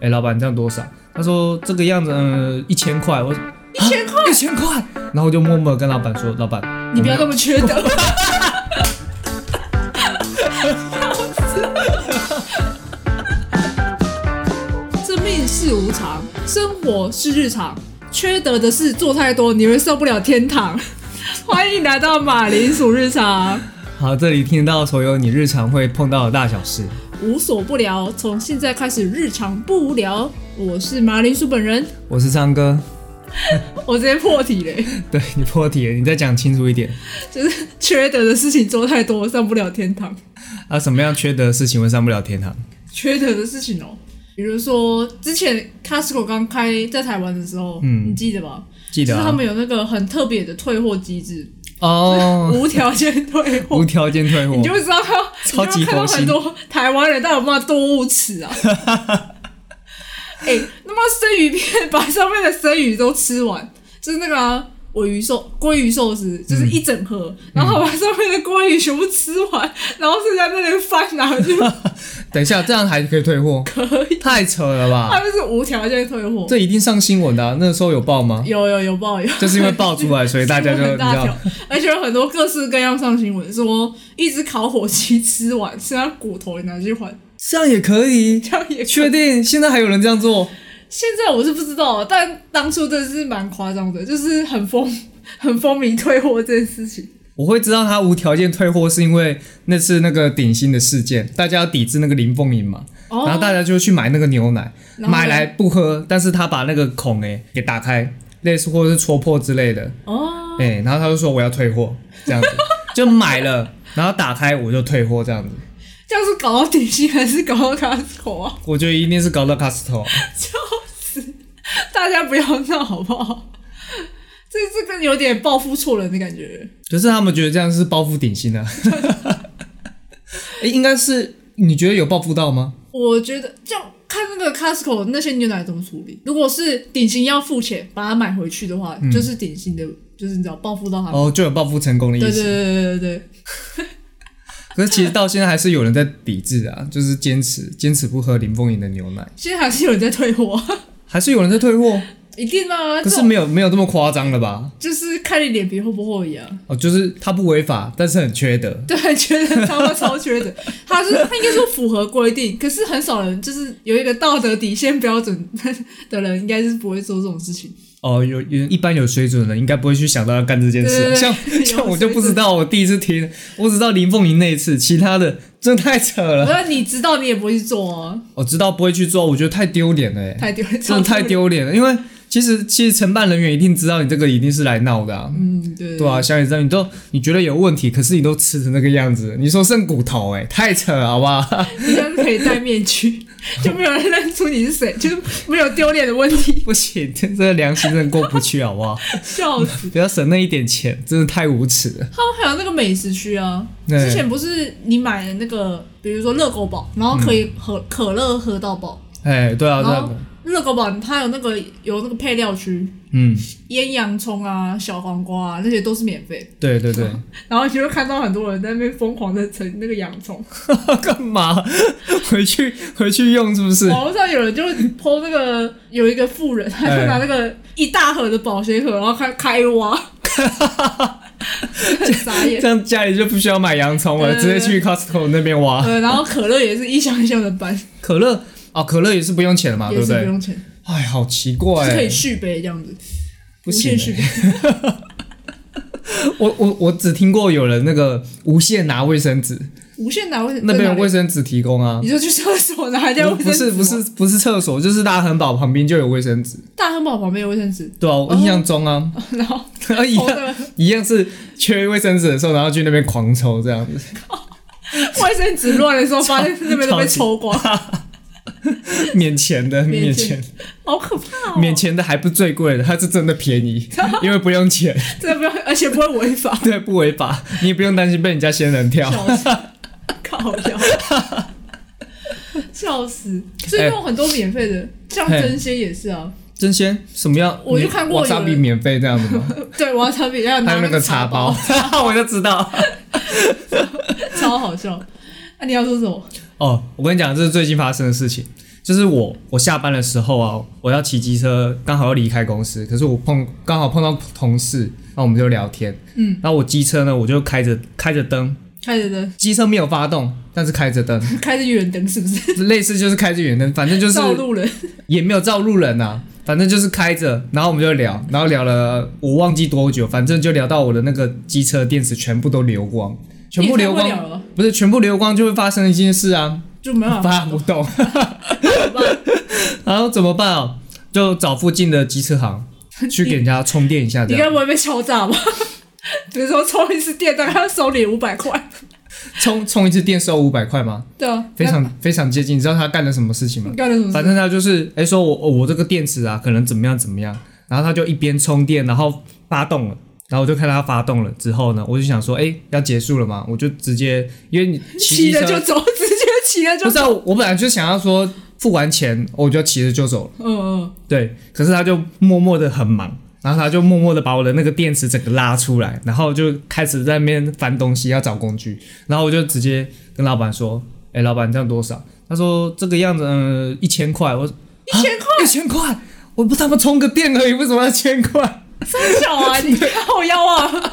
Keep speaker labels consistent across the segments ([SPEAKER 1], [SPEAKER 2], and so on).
[SPEAKER 1] 哎、老板，你这样多少？他说这个样子，嗯，一千块。我一千块，一千块。然后我就默默地跟老板说，老板，
[SPEAKER 2] 你不要
[SPEAKER 1] 我
[SPEAKER 2] 那么缺德。 这命是无常，生活是日常，缺德的事做太多，你会受不了天堂。 欢迎来到马铃薯日常，
[SPEAKER 1] 好，这里听到所有你日常会碰到的大小事。
[SPEAKER 2] 无所不聊，从现在开始日常不无聊。我是马铃薯本人，
[SPEAKER 1] 我是张哥，
[SPEAKER 2] 我直接破题嘞，
[SPEAKER 1] 对你破题了，你再讲清楚一点
[SPEAKER 2] 就是缺德的事情做太多，上不了天堂。
[SPEAKER 1] 啊，什么样缺德的事情会上不了天堂？
[SPEAKER 2] 缺德的事情哦，比如说之前 Costco 刚开在台湾的时候，
[SPEAKER 1] 嗯
[SPEAKER 2] 你记得吧？
[SPEAKER 1] 记得
[SPEAKER 2] 就是他
[SPEAKER 1] 啊，
[SPEAKER 2] 们有那个很特别的退货 机制，
[SPEAKER 1] 哦，
[SPEAKER 2] 无条件退
[SPEAKER 1] 无
[SPEAKER 2] 货，
[SPEAKER 1] 条件 退货
[SPEAKER 2] 你就，会知道看到，
[SPEAKER 1] 超级
[SPEAKER 2] 你就会
[SPEAKER 1] 佛
[SPEAKER 2] 看到
[SPEAKER 1] 心
[SPEAKER 2] 很多台湾人到底有没有多无 耻啊！哎、那么生鱼片把上面的生鱼都吃完，就是那个啊尾、鱼寿、鲑鱼寿司，就是一整盒，
[SPEAKER 1] 嗯
[SPEAKER 2] 然后把上面的鲑鱼全部吃完，然后剩下那个饭拿 去
[SPEAKER 1] 等一下，这样还可以退货？可以，太扯了
[SPEAKER 2] 他
[SPEAKER 1] 吧！
[SPEAKER 2] 就是无条件退货。
[SPEAKER 1] 这一定上新闻的啊、那时候有报吗？
[SPEAKER 2] 有有有爆有，
[SPEAKER 1] 就是因为爆出来，所以大家就
[SPEAKER 2] 新
[SPEAKER 1] 你
[SPEAKER 2] 闻很
[SPEAKER 1] 知道
[SPEAKER 2] 大条，而且有很多各式各样上新闻，说一只烤火鸡吃完，剩下骨头也拿去还，
[SPEAKER 1] 这样也可以。
[SPEAKER 2] 这样也
[SPEAKER 1] 确定现在还有人这样做？
[SPEAKER 2] 现在我是不知道，但当初真的是蛮夸张的，就是很风很风靡退货这件事情。
[SPEAKER 1] 我会知道他无条件退货，是因为那次那个顶新的事件，大家要抵制那个林凤营嘛，
[SPEAKER 2] 哦
[SPEAKER 1] 然后大家就去买那个牛奶，
[SPEAKER 2] 然后呢
[SPEAKER 1] 买来不喝，但是他把那个孔哎、给打开，类似或者是戳破之类的，
[SPEAKER 2] 哦，
[SPEAKER 1] 哎、然后他就说我要退货，这 样子就买了，然后打开我就退货这样子，
[SPEAKER 2] 这样是搞到底薪还是搞到 Costco 啊？
[SPEAKER 1] 我觉得一定是搞到 Costco，
[SPEAKER 2] 大家不要闹好不好？这这个有点报复错人的感觉。
[SPEAKER 1] 就是他们觉得这样是报复顶 新的、啊，哎、应该是你觉得有报复到吗？
[SPEAKER 2] 我觉得这样看那个 Costco 那些牛奶怎么处理。如果是顶薪要付钱把它买回去的话，就是顶薪的，就是你知道报复到他们。
[SPEAKER 1] 嗯哦，就有报复成功的意
[SPEAKER 2] 啊对
[SPEAKER 1] 思。
[SPEAKER 2] 对对对对对，
[SPEAKER 1] 可是其实到现在还是有人在抵制啊， 就是坚持坚持不喝林凤营的牛奶，
[SPEAKER 2] 现在还是有人在退货，
[SPEAKER 1] 还是有人在退货。
[SPEAKER 2] 一定啊，
[SPEAKER 1] 可
[SPEAKER 2] 这
[SPEAKER 1] 是
[SPEAKER 2] 种
[SPEAKER 1] 没有没有这么夸张了吧？
[SPEAKER 2] 就是看你脸皮厚不厚一样。
[SPEAKER 1] 哦，就是他不违法，但是很缺德。
[SPEAKER 2] 对，觉得他妈超缺德， 他是他应该说符合规定，可是很少人就是有一个道德底线标准 的人，应该是不会做这种事情。
[SPEAKER 1] 哦，有有一般有水准的人应该不会去想到要干这件事啊、
[SPEAKER 2] 对对对
[SPEAKER 1] 像
[SPEAKER 2] 有
[SPEAKER 1] 像我
[SPEAKER 2] 水
[SPEAKER 1] 就
[SPEAKER 2] 准
[SPEAKER 1] 不知道，我第一次听，我只知道林凤营那一次，其他的真的太扯 了。
[SPEAKER 2] 那你知道你也不会去做哦，
[SPEAKER 1] 我知道不会去做，我觉得太丢脸了耶，欸
[SPEAKER 2] 太丢脸，
[SPEAKER 1] 真的太丢脸了。因为其实其实承办人员一定知道你这个一定是来闹的啊。
[SPEAKER 2] 嗯，对
[SPEAKER 1] 对啊，像你这样，你都你觉得有问题，可是你都吃成那个样子，你说剩骨头、哎，太扯了，好不好？
[SPEAKER 2] 你下次可以戴面具，就没有人认出你是谁，就是没有丢脸的问 题。
[SPEAKER 1] 不行，这这良心真的过不去，好不 好？
[SPEAKER 2] 笑死！
[SPEAKER 1] 不要省那一点钱，真的太无耻了。
[SPEAKER 2] 他们还有那个美食区啊，
[SPEAKER 1] 对
[SPEAKER 2] 之前不是你买的那个，比如说热狗堡，然后可以喝、可乐喝到饱，
[SPEAKER 1] 哎，对啊，
[SPEAKER 2] 然
[SPEAKER 1] 对
[SPEAKER 2] 后
[SPEAKER 1] 啊，
[SPEAKER 2] 热狗堡它有那个有那个配料区，
[SPEAKER 1] 嗯，
[SPEAKER 2] 腌洋葱啊、小黄瓜啊那些都是免费，
[SPEAKER 1] 对对对，
[SPEAKER 2] 然后你就会看到很多人在那边疯狂的盛那个洋葱，
[SPEAKER 1] 干嘛？ 回去回去用是不是？哎
[SPEAKER 2] 网络上有人就剖那个 有一个富人，他就拿那个一大盒的保鲜盒，然后开开 挖，很傻眼
[SPEAKER 1] 这。样家里就不需要买洋葱了，
[SPEAKER 2] 对
[SPEAKER 1] 直
[SPEAKER 2] 对
[SPEAKER 1] 接去 Costco 那边挖。
[SPEAKER 2] 呃，然后可乐也是一箱一箱的搬，
[SPEAKER 1] 可乐哦，可乐也是不用钱的嘛，啊对
[SPEAKER 2] 也是不
[SPEAKER 1] 对？
[SPEAKER 2] 用钱，
[SPEAKER 1] 哎，好奇怪、
[SPEAKER 2] 就是可以
[SPEAKER 1] 哎，
[SPEAKER 2] 续杯这样子，
[SPEAKER 1] 不
[SPEAKER 2] 无
[SPEAKER 1] 行、哎
[SPEAKER 2] 限续杯。
[SPEAKER 1] 我我我只听过有人那个无限拿卫生纸，
[SPEAKER 2] 无限拿卫生
[SPEAKER 1] 那边有卫
[SPEAKER 2] 生，
[SPEAKER 1] 生纸提供啊
[SPEAKER 2] 你。说去厕所拿一下
[SPEAKER 1] 不
[SPEAKER 2] 卫生
[SPEAKER 1] 不
[SPEAKER 2] 纸
[SPEAKER 1] 是不
[SPEAKER 2] 吗？
[SPEAKER 1] 是不是厕所，就是大亨堡旁边就有卫生纸，
[SPEAKER 2] 大汉堡旁边有卫生纸，
[SPEAKER 1] 对啊，我印象中 啊，
[SPEAKER 2] 然后
[SPEAKER 1] 一
[SPEAKER 2] 偷
[SPEAKER 1] 样
[SPEAKER 2] 哦的
[SPEAKER 1] 一样是缺卫生纸的时候，然后去那边狂抽这样子，
[SPEAKER 2] 卫生纸乱的时候，发现那边都被抽光，
[SPEAKER 1] 免钱的免
[SPEAKER 2] 免
[SPEAKER 1] 钱
[SPEAKER 2] 钱好可怕哦！
[SPEAKER 1] 免钱的还不最贵的，它是真的便宜， 因为不用钱，，
[SPEAKER 2] 这不要，而且不会违法
[SPEAKER 1] 对，不违法，你也不用担心被人家仙人跳。
[SPEAKER 2] 笑死，靠腰，笑死！所
[SPEAKER 1] 哎
[SPEAKER 2] 以那种很多免费的，像真鲜也是啊，
[SPEAKER 1] 真仙什么样？
[SPEAKER 2] 我就看过有人
[SPEAKER 1] 沙比免费这样子吗？
[SPEAKER 2] 对，我要产品要
[SPEAKER 1] 还
[SPEAKER 2] 拿
[SPEAKER 1] 有那
[SPEAKER 2] 个
[SPEAKER 1] 个茶包
[SPEAKER 2] 包，，
[SPEAKER 1] 我就知道。
[SPEAKER 2] 超好笑。那你要说什么？
[SPEAKER 1] 哦，我跟你讲，这是最近发生的事情。就是我我下班的时候啊，我要骑机车，刚好要离开公司，可是我碰刚好碰到同事，然后我们就聊天，
[SPEAKER 2] 嗯，
[SPEAKER 1] 然后我机车呢，我就开着开着灯，
[SPEAKER 2] 开着灯，
[SPEAKER 1] 机车没有发动，但是开着灯，
[SPEAKER 2] 开着远灯是不是？
[SPEAKER 1] 类似就是开着远灯，反正就是
[SPEAKER 2] 道路人，
[SPEAKER 1] 也没有照路人啊，反正就是开着，然后我们就聊，然后聊了我忘记多久，反正就聊到我的那个机车电池全部都流光，全部流
[SPEAKER 2] 也开不
[SPEAKER 1] 光，
[SPEAKER 2] 了了，
[SPEAKER 1] 不是全部流光就会发生一件事啊，
[SPEAKER 2] 就没办法。
[SPEAKER 1] 发不动， 然后怎么办啊？就找附近的机车 行去给人家充电一下，这
[SPEAKER 2] 你该
[SPEAKER 1] 样
[SPEAKER 2] 不会被敲诈吧？ 比如说充一次电，大概要收你五百块，
[SPEAKER 1] 充充一次电收五百块吗？
[SPEAKER 2] 对啊，
[SPEAKER 1] 非常非常接近，你知道他干了什么事情吗
[SPEAKER 2] 你？干了什么
[SPEAKER 1] 反
[SPEAKER 2] 事？
[SPEAKER 1] 正他就是，哎、说我、哦我这个电池啊，可能怎么样怎么样，然后他就一边充电，然后发动了，然后我就看他发动了之后呢，我就想说，哎、要结束了嘛，我就直接，因为你骑
[SPEAKER 2] 骑
[SPEAKER 1] 机
[SPEAKER 2] 了
[SPEAKER 1] 车，
[SPEAKER 2] 就走，直接骑了就
[SPEAKER 1] 不是、啊，我本来就想要说付完钱，我就骑着就走了，
[SPEAKER 2] 嗯嗯，
[SPEAKER 1] 对，可是他就默默的很忙。然后他就默默的把我的那个电池整个拉出来，然后就开始在那边翻东西，要找工具。然后我就直接跟老板说：“哎、老板，这样多少？”他说：“这个样子，嗯、一千块。”我
[SPEAKER 2] 一千块
[SPEAKER 1] 一千块，我不他妈充个电而已，为什么要千块？
[SPEAKER 2] 三 小啊，你好腰啊，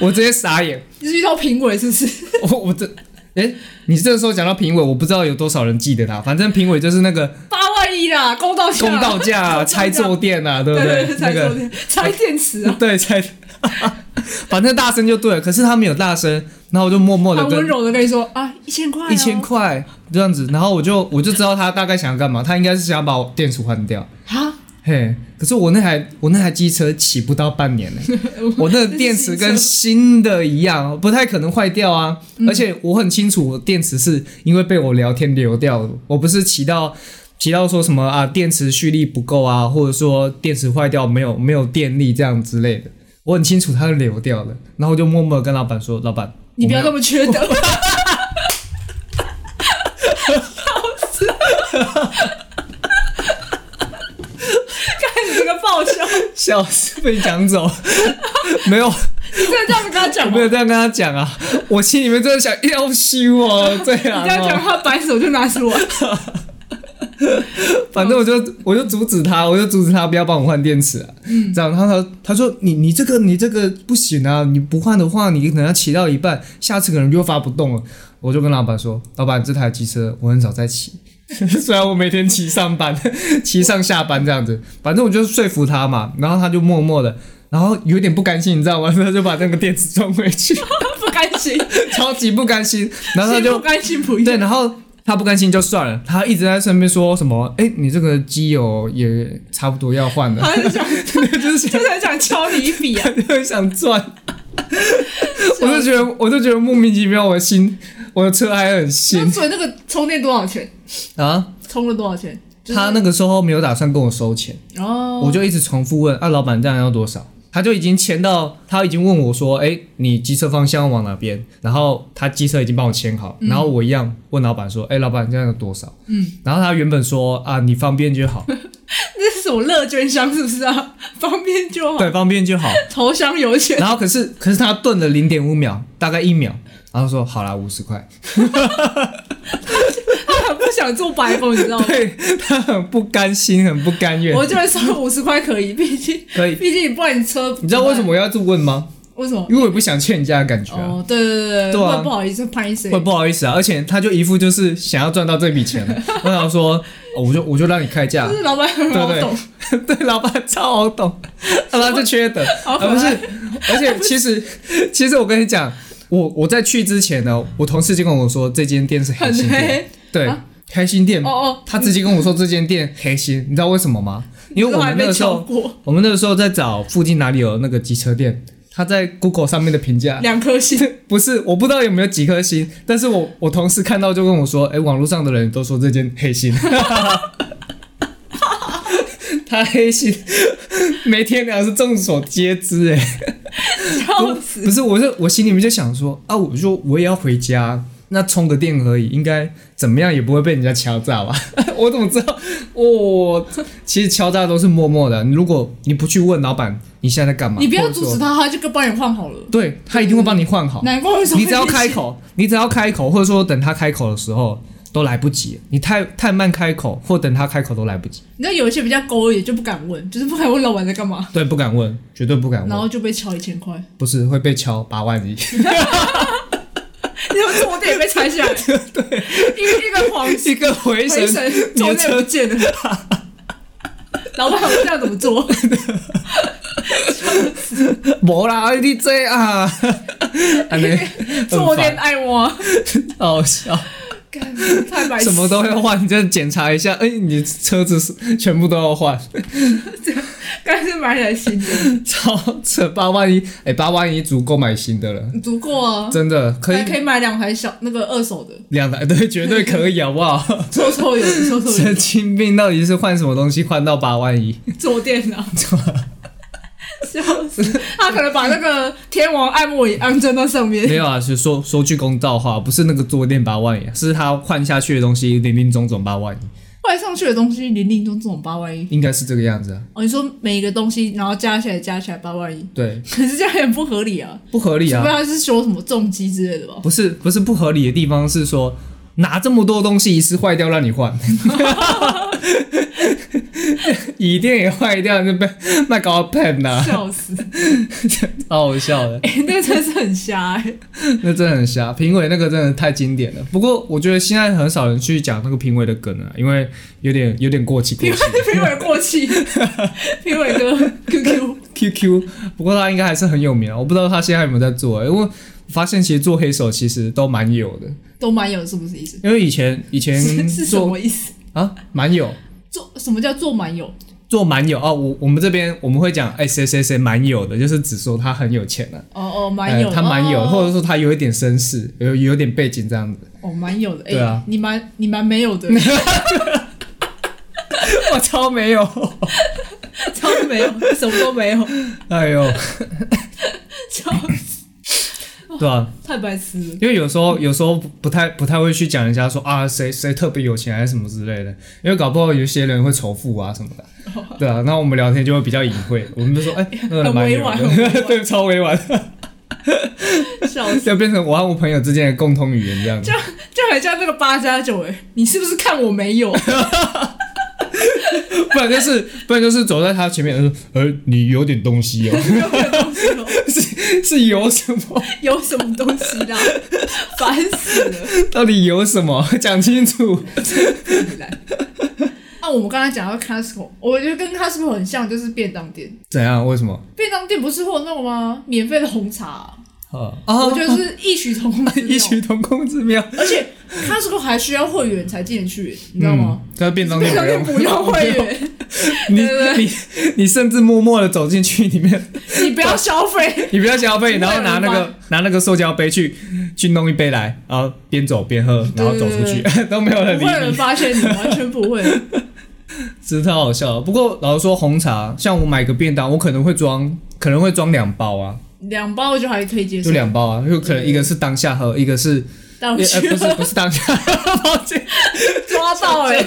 [SPEAKER 1] 我直接傻眼，
[SPEAKER 2] 你是遇到评委是不是？
[SPEAKER 1] 我我这。哎、你这个时候讲到评委，我不知道有多少人记得他。反正评委就是那个
[SPEAKER 2] 八万一啦，公道价
[SPEAKER 1] 公 道价、啊、
[SPEAKER 2] 公道价
[SPEAKER 1] 拆坐垫啊，对不
[SPEAKER 2] 对对，
[SPEAKER 1] 那
[SPEAKER 2] 拆手
[SPEAKER 1] 个
[SPEAKER 2] 电，拆电池啊，
[SPEAKER 1] 对 拆，反正大声就对了。可是他没有大声，然后我就默默的
[SPEAKER 2] 很温
[SPEAKER 1] 跟
[SPEAKER 2] 柔的跟你说啊，一千块哦，
[SPEAKER 1] 一千块这样子，然后我就我就知道他大概想要干嘛。他应该是想要把我电池换掉。
[SPEAKER 2] 啊，
[SPEAKER 1] 嘿，可是我那台我那台机车骑不到半 年呢、我那个电池跟新的一样，不太可能坏掉啊。
[SPEAKER 2] 嗯
[SPEAKER 1] 而且我很清楚，我电池是因为被我聊天流掉的，我不是骑到骑到说什么啊，电池蓄力不够啊，或者说电池坏掉没有没有电力这样之类的。我很清楚它是流掉了，然后我就默默地跟老板说：“老板，
[SPEAKER 2] 你不要
[SPEAKER 1] 我没
[SPEAKER 2] 那
[SPEAKER 1] 有
[SPEAKER 2] 么缺德。 看你这个爆笑，你
[SPEAKER 1] 笑死，被抢 走，没有。”
[SPEAKER 2] 真的这样子跟他讲
[SPEAKER 1] 我
[SPEAKER 2] 吗？
[SPEAKER 1] 没有
[SPEAKER 2] 你
[SPEAKER 1] 这样跟他讲啊，我心里面真的想要羞哦，这样、哦。
[SPEAKER 2] 这样讲，他白手就拿出来。
[SPEAKER 1] 反正我就我就阻止他，我就阻止他不要帮我换电池啊。嗯，这样他说他说你你这个你这个不行啊，你不换的话，你可能要骑到一半，下次可能就发不动了。我就跟老板说，老板这台机车我很少在骑， 虽然我每天骑上班、 骑上下班这样子，反正我就说服他嘛。然后他就默默的，然后有点不甘心，你知道吗？ 他就把那个电池装回去，
[SPEAKER 2] 不甘心，
[SPEAKER 1] 超级不甘心。然后他
[SPEAKER 2] 心
[SPEAKER 1] 就
[SPEAKER 2] 不甘心不一
[SPEAKER 1] 对，
[SPEAKER 2] 样。
[SPEAKER 1] 然后他不甘心就算了，他一直在身边说什么：“哎、你这个机油也差不多要换了。
[SPEAKER 2] 他就 想，
[SPEAKER 1] 就是想
[SPEAKER 2] 就是很想敲你一笔啊！”
[SPEAKER 1] 就很想赚，我就觉得，我就觉得莫名其妙，我的心，我的车还很
[SPEAKER 2] 那
[SPEAKER 1] 新
[SPEAKER 2] 所以那个充电多少钱？
[SPEAKER 1] 啊。
[SPEAKER 2] 充了多少钱？就是
[SPEAKER 1] 他那个时候没有打算跟我收钱，
[SPEAKER 2] 哦，
[SPEAKER 1] 我就一直重复问：“啊，老板这样要多少？”他就已经签到，他已经问我说：“哎、你机车方向往哪边？”然后他机车已经帮我签好，然后我一样问老板说：“哎、老板这样要多少？”
[SPEAKER 2] 嗯，
[SPEAKER 1] 然后他原本说：“啊，你方便就好。”
[SPEAKER 2] 那是什么乐捐箱是不是啊？方便就好，
[SPEAKER 1] 对，方便就好。
[SPEAKER 2] 投箱有钱。
[SPEAKER 1] 然后可是可是他顿了零点五秒，大概一秒，然后说好啦，五十块。
[SPEAKER 2] 他很不想做白工，你知道吗？
[SPEAKER 1] 对他很不甘心，很不甘愿
[SPEAKER 2] 哦我。就会收五十块可以，毕竟
[SPEAKER 1] 可以，
[SPEAKER 2] 毕竟你不然你车，
[SPEAKER 1] 你知道为什么？我要这么问吗？
[SPEAKER 2] 为什么？
[SPEAKER 1] 因为我也不想欠人家的感觉啊，
[SPEAKER 2] 哦，对对对对，
[SPEAKER 1] 对啊
[SPEAKER 2] 会不好意思拍谁
[SPEAKER 1] 会？不好意思啊。而且他就一副就是想要赚到这笔钱，我想说，哦我就我就让你开价
[SPEAKER 2] 就。是老板很好
[SPEAKER 1] 对对
[SPEAKER 2] 懂，
[SPEAKER 1] 对，老板超好 懂，老板就缺德，
[SPEAKER 2] 好可
[SPEAKER 1] 而
[SPEAKER 2] 爱
[SPEAKER 1] 不是。而且其实其实我跟你讲，我我在去之前呢，我同事就跟我说这间店是黑
[SPEAKER 2] 很
[SPEAKER 1] 心店。
[SPEAKER 2] 黑。
[SPEAKER 1] 对
[SPEAKER 2] 啊，
[SPEAKER 1] 黑心店。
[SPEAKER 2] 哦哦
[SPEAKER 1] 他直接跟我说这间店黑心，你知道为什么 吗？因为我
[SPEAKER 2] 都
[SPEAKER 1] 们
[SPEAKER 2] 还
[SPEAKER 1] 那
[SPEAKER 2] 没
[SPEAKER 1] 个时
[SPEAKER 2] 敲
[SPEAKER 1] 候，
[SPEAKER 2] 过
[SPEAKER 1] 我们那个时候在找附近哪里有那个机车店，他在 Google 上面的评价。
[SPEAKER 2] 两颗星，
[SPEAKER 1] 不是，我不知道有没有几颗星，但是我我同事看到就跟我说，哎、网络上的人都说这间黑 心，他黑心，没天良是众所皆知，哎，
[SPEAKER 2] 笑死！
[SPEAKER 1] 不是，我就我心里面就想说啊，我说我也要回家，那充个电而已，应该怎么样也不会被人家敲诈吧？ 我怎么知道？我、其实敲诈都是默默的，如果你不去问老板你现在在干嘛，
[SPEAKER 2] 你不要
[SPEAKER 1] 或者说
[SPEAKER 2] 阻止，他，他就帮你换好了。
[SPEAKER 1] 对啊他一定会帮你换好。
[SPEAKER 2] 难怪为什么
[SPEAKER 1] 你只要开口，你只要开口，或者说等他开口的时候，都来不及，你太太慢开口，或等他开口都来不及。
[SPEAKER 2] 你知道有一些比较勾的就不敢问，就是不敢问老板在干嘛，
[SPEAKER 1] 对，不敢问，绝对不敢
[SPEAKER 2] 然
[SPEAKER 1] 问，
[SPEAKER 2] 后就被敲一千块，
[SPEAKER 1] 不是会被敲八万里。
[SPEAKER 2] 然后坐垫也被拆下 来，对，因为一个黄
[SPEAKER 1] 一个回
[SPEAKER 2] 回
[SPEAKER 1] 神，
[SPEAKER 2] 神
[SPEAKER 1] 你
[SPEAKER 2] 坐
[SPEAKER 1] 的
[SPEAKER 2] 垫不
[SPEAKER 1] 车
[SPEAKER 2] 见了。 老板，我这样怎么做？
[SPEAKER 1] 没啦你这 啊，安尼
[SPEAKER 2] 坐垫爱挖，
[SPEAKER 1] 好笑，
[SPEAKER 2] 干太白痴
[SPEAKER 1] 什么都要换，你就检查一下，哎、你车子是全部都要换，
[SPEAKER 2] 干脆买起来新的，
[SPEAKER 1] 超扯，八万一，哎、八万一足够买新的了，
[SPEAKER 2] 足够啊，
[SPEAKER 1] 真的可以
[SPEAKER 2] 还可以买两台小那个二手的，
[SPEAKER 1] 两台，对，绝对可以，好不好？
[SPEAKER 2] 臭臭油，臭臭油
[SPEAKER 1] 神经病到底是换什么东西换到八万 一？
[SPEAKER 2] 坐垫啊，笑死！他可能把那个天王按摩椅安在那上面
[SPEAKER 1] 没，有啊，是说说句公道话，不是那个坐垫八万一，啊是他换下去的东西零零总总八万一，
[SPEAKER 2] 换上去的东西零零总总八万一。
[SPEAKER 1] 应该是这个样子啊。
[SPEAKER 2] 哦，你说每一个东西，然后加起来加起来八万一，
[SPEAKER 1] 对，
[SPEAKER 2] 可是这样也不合理啊！
[SPEAKER 1] 不合理
[SPEAKER 2] 除
[SPEAKER 1] 啊
[SPEAKER 2] 非。他是修什么重机之类的吧？
[SPEAKER 1] 不是不是不合理的地方是说拿这么多东西一次坏掉让你换， 椅垫也坏掉，就被卖搞到啊 pen 呐、
[SPEAKER 2] 笑死！
[SPEAKER 1] 超好笑的，
[SPEAKER 2] 哎、那真是很瞎哎、
[SPEAKER 1] 那真的很瞎。评委那个真的太经典了，不过我觉得现在很少人去讲那个评委的梗了、因为有点有点过气过
[SPEAKER 2] 评
[SPEAKER 1] 气。
[SPEAKER 2] 委评委 过气，评委哥 QQ，
[SPEAKER 1] QQ，不过他应该还是很有名啊，我不知道他现在有没有在做、啊因为我发现其实做黑手其实都蛮有的，
[SPEAKER 2] 都蛮有是不是意思？
[SPEAKER 1] 因为以前以前
[SPEAKER 2] 是是什
[SPEAKER 1] 嗯做
[SPEAKER 2] 么意思？
[SPEAKER 1] 啊蛮有。
[SPEAKER 2] 做什么叫做蛮有？
[SPEAKER 1] 做蛮有哦，我我们这边我们会讲，哎，谁谁谁蛮有的，就是只说他很有钱了、啊，
[SPEAKER 2] 哦哦，蛮有、
[SPEAKER 1] 呃他蛮有，
[SPEAKER 2] 哦
[SPEAKER 1] 或者说他有一点身世，有有点背景这 样子。
[SPEAKER 2] 哦，蛮有的，哎、
[SPEAKER 1] 对啊
[SPEAKER 2] 你蛮你蛮 没有的，
[SPEAKER 1] 我超没有，
[SPEAKER 2] 超没有，什么都没有，
[SPEAKER 1] 哎 呦，
[SPEAKER 2] 超
[SPEAKER 1] 对啊，
[SPEAKER 2] 太白痴了。
[SPEAKER 1] 因为有时候有时候不太不太会去讲人家说啊谁谁特别有钱还是什么之类的，因为搞不好有些人会仇富啊什么的。
[SPEAKER 2] 哦
[SPEAKER 1] 对啊，那我们聊天就会比较隐晦，我们就说哎，那个
[SPEAKER 2] 很
[SPEAKER 1] 蛮
[SPEAKER 2] 委
[SPEAKER 1] 有
[SPEAKER 2] 婉很委
[SPEAKER 1] 的，
[SPEAKER 2] 婉
[SPEAKER 1] 对，超委婉，
[SPEAKER 2] 笑死，
[SPEAKER 1] 要变成我和我朋友之间的共同语言这样子。
[SPEAKER 2] 就很像那个八加九哎，你是不是看我没 有？
[SPEAKER 1] 不然就是不然就是走在他前面，说呃你有点东西 哦。
[SPEAKER 2] 没有没有东西哦，
[SPEAKER 1] 是是有什么？
[SPEAKER 2] 有什么东西啦？烦死了！
[SPEAKER 1] 到底有什么？讲清楚。
[SPEAKER 2] 来，啊，我们刚才讲到 Costco，我觉得跟 Costco 很像，就是便当店。
[SPEAKER 1] 怎样？为什么？
[SPEAKER 2] 便当店不是会有那种吗？免费的红茶、
[SPEAKER 1] 啊，
[SPEAKER 2] 哦我 觉得是异曲同工之妙。
[SPEAKER 1] 异曲同工之妙，
[SPEAKER 2] 而且 Costco 还需要会员才进得去，你知道吗？
[SPEAKER 1] 嗯？哦在便当
[SPEAKER 2] 便
[SPEAKER 1] 店
[SPEAKER 2] 当店 不用会员，
[SPEAKER 1] 你
[SPEAKER 2] 对
[SPEAKER 1] 你你甚至默默的走进去里面，
[SPEAKER 2] 你不要消费，
[SPEAKER 1] 你不要消费，
[SPEAKER 2] 不
[SPEAKER 1] 然
[SPEAKER 2] 会
[SPEAKER 1] 后
[SPEAKER 2] 有人
[SPEAKER 1] 拿那个拿那个塑胶杯去去弄一杯来，然后边走边喝，然后走出去 都没有
[SPEAKER 2] 不
[SPEAKER 1] 人理
[SPEAKER 2] 会有人
[SPEAKER 1] 你，
[SPEAKER 2] 发现你，完全不会。
[SPEAKER 1] 真的太好笑了。不过老实说，红茶像我买个便当，我可能会装可能会装两包啊，
[SPEAKER 2] 两包我就还可以接
[SPEAKER 1] 就
[SPEAKER 2] 受，
[SPEAKER 1] 两包啊，就可能一个是当下喝，一个是
[SPEAKER 2] 但我
[SPEAKER 1] 也
[SPEAKER 2] 觉
[SPEAKER 1] 呃不是
[SPEAKER 2] 得
[SPEAKER 1] 不是当下，
[SPEAKER 2] 哦
[SPEAKER 1] 抱歉。
[SPEAKER 2] 哎抓到 哎、欸，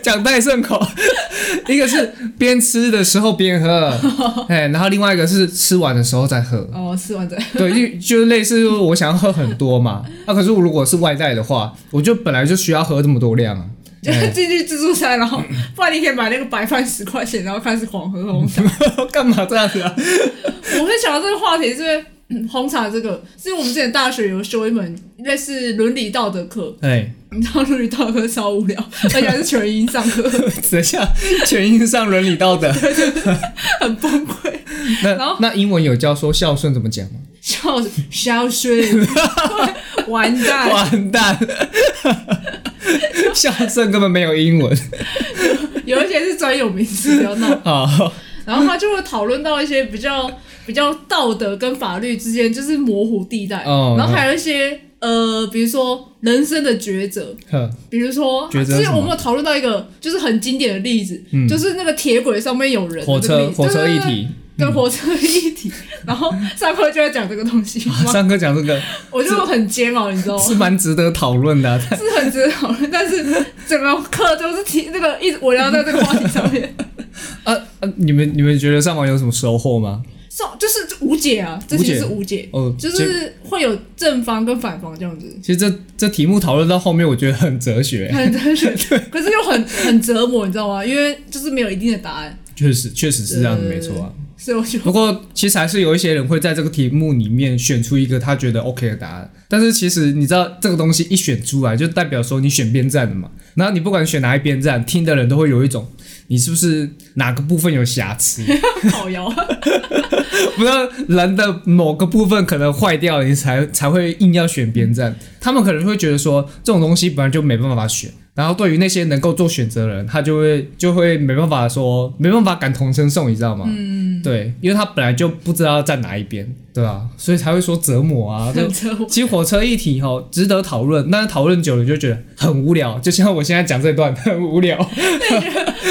[SPEAKER 1] 讲太顺口， 一个是边吃的时候边喝， 哎，然后另外一个是吃完的时候再喝。
[SPEAKER 2] 哦，吃完再
[SPEAKER 1] 对，就就是类似我想要喝很多嘛，那、可是我如果是外带的话，我就本来就需要喝这么多量 啊。
[SPEAKER 2] 就进去自助餐，然后不然你可以买那个白饭十块钱，然后开始狂喝红茶。
[SPEAKER 1] 干嘛这样子啊？
[SPEAKER 2] 我会想到这个话题，是因为 嗯红茶这个，是因为我们之前大学有修一门类似伦理道德课，
[SPEAKER 1] 哎，
[SPEAKER 2] 你知道伦理道德课超无聊， 而且还是全英上课。
[SPEAKER 1] 等一下，全因上伦理道德。
[SPEAKER 2] 很崩溃，
[SPEAKER 1] 那
[SPEAKER 2] 然后
[SPEAKER 1] 那英文有教说孝顺怎么讲吗？
[SPEAKER 2] 笑死孝顺，完蛋，
[SPEAKER 1] 完蛋，孝顺根本没有英文。
[SPEAKER 2] 有一些是专有名词，不要闹。
[SPEAKER 1] 好，
[SPEAKER 2] 然后他就会讨论到一些比较比较道德跟法律之间就是模糊地带，
[SPEAKER 1] 哦
[SPEAKER 2] 然后还有一些呃，比如说人生的抉择，
[SPEAKER 1] 呵
[SPEAKER 2] 比如说
[SPEAKER 1] 抉择
[SPEAKER 2] 之
[SPEAKER 1] 是什么
[SPEAKER 2] 前我们有讨论到一个就是很经典的例子，
[SPEAKER 1] 嗯
[SPEAKER 2] 就是那个铁轨上面有人 的
[SPEAKER 1] 火
[SPEAKER 2] 那个
[SPEAKER 1] 车
[SPEAKER 2] 例子
[SPEAKER 1] 火车议。
[SPEAKER 2] 对对对
[SPEAKER 1] 题。
[SPEAKER 2] 对火车议题，嗯然后上课就在讲这个东西，
[SPEAKER 1] 上课讲这个
[SPEAKER 2] 我就很煎熬，你知道吗？
[SPEAKER 1] 是蛮值得讨论的啊、
[SPEAKER 2] 是很值得讨论，但是整个课都是提那 个一直围绕在这个话题上面。
[SPEAKER 1] 啊呃、啊，你们你们觉得上网有什么收获吗？
[SPEAKER 2] 送就是无解啊，这其实是无解，
[SPEAKER 1] 哦，
[SPEAKER 2] 就
[SPEAKER 1] 这
[SPEAKER 2] 是会有正方跟反方这样子，
[SPEAKER 1] 其实这这题目讨论到后面，我觉得很哲学，
[SPEAKER 2] 很哲学，可是又很很折磨，你知道吗？因为就是没有一定的答案，
[SPEAKER 1] 确实确实是这样，
[SPEAKER 2] 对
[SPEAKER 1] 没错啊。
[SPEAKER 2] 所以我就
[SPEAKER 1] 不过其实还是有一些人会在这个题目里面选出一个他觉得 OK 的答案，但是其实你知道这个东西一选出来，就代表说你选边站了嘛。然后你不管选哪一边站，听的人都会有一种你是不是哪个部分有瑕疵，
[SPEAKER 2] 好摇，
[SPEAKER 1] 不知道人的某个部分可能坏掉了，你才才会硬要选边站。他们可能会觉得说这种东西本来就没办法选，然后对于那些能够做选择的人，他就会就会没办法说没办法感同身受，你知道吗？嗯，对，因为他本来就不知道站哪一边，对啊，所以才会说折磨 啊。就
[SPEAKER 2] 很折磨。
[SPEAKER 1] 其实火车议题哈、值得讨论，但是讨论久了就觉得很无聊，就像我现在讲这段很无聊。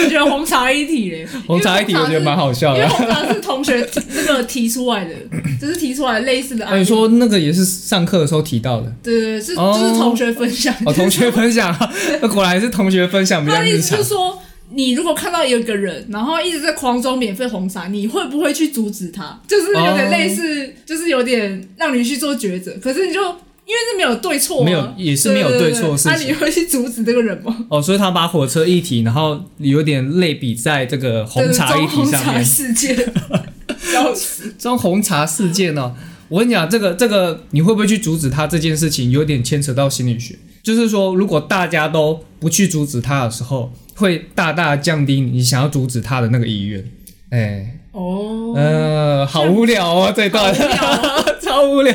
[SPEAKER 2] 我觉得红茶一体嘞，
[SPEAKER 1] 红茶议题我觉得蛮好笑
[SPEAKER 2] 因为
[SPEAKER 1] 的。
[SPEAKER 2] 红茶是同学那个提出 来的，就是提出来类似的
[SPEAKER 1] 那
[SPEAKER 2] 案
[SPEAKER 1] 啊哦你
[SPEAKER 2] 例，
[SPEAKER 1] 说那个也是上课的时候提到的。
[SPEAKER 2] 对对对，是
[SPEAKER 1] 哦
[SPEAKER 2] 就是同学分享
[SPEAKER 1] 哦，同学分享，那果然是同学分享比
[SPEAKER 2] 他
[SPEAKER 1] 较
[SPEAKER 2] 的
[SPEAKER 1] 日
[SPEAKER 2] 意思
[SPEAKER 1] 常
[SPEAKER 2] 就是。说，你如果看到有一个人，然后一直在狂装免费红茶，你会不会去阻止他？就是有点类似，
[SPEAKER 1] 哦
[SPEAKER 2] 就是有点让你去做抉择。可是你就因为是没有对错、啊，
[SPEAKER 1] 没有也是没有对错的事情
[SPEAKER 2] 那、啊你会去阻止这个人吗？
[SPEAKER 1] 哦，所以他把火车议题，然后有点类比在这个红茶议
[SPEAKER 2] 就是
[SPEAKER 1] 题
[SPEAKER 2] 中红
[SPEAKER 1] 上
[SPEAKER 2] 茶
[SPEAKER 1] 面，
[SPEAKER 2] 事件， 笑死！
[SPEAKER 1] 装红茶事件呢、我跟你讲，这个这个你会不会去阻止他这件事情，有点牵扯到心理学。就是说，如果大家都不去阻止他的时候，会大大降低你想要阻止他的那个意愿。哎，
[SPEAKER 2] 哦，
[SPEAKER 1] 呃，好无聊哦，这段
[SPEAKER 2] 好无聊啊
[SPEAKER 1] 超无聊。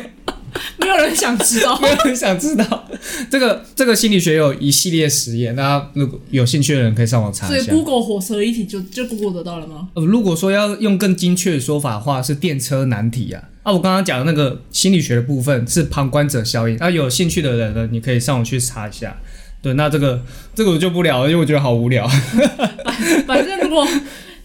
[SPEAKER 2] 没有人想知 道。
[SPEAKER 1] 没有人想知道这个这个心理学有一系列实验，大家如果有兴趣的人可以上网查
[SPEAKER 2] 所
[SPEAKER 1] 一
[SPEAKER 2] 以
[SPEAKER 1] 下。
[SPEAKER 2] Google 火车一体就就 Google 得到了吗？
[SPEAKER 1] 呃，如果说要用更精确的说法的话，是电车难题啊。啊，我刚刚讲的那个心理学的部分是旁观者效应，啊，有兴趣的人呢，你可以上网去查一下。对，那这个这个我就不聊了，因为我觉得好无聊。
[SPEAKER 2] 反正如果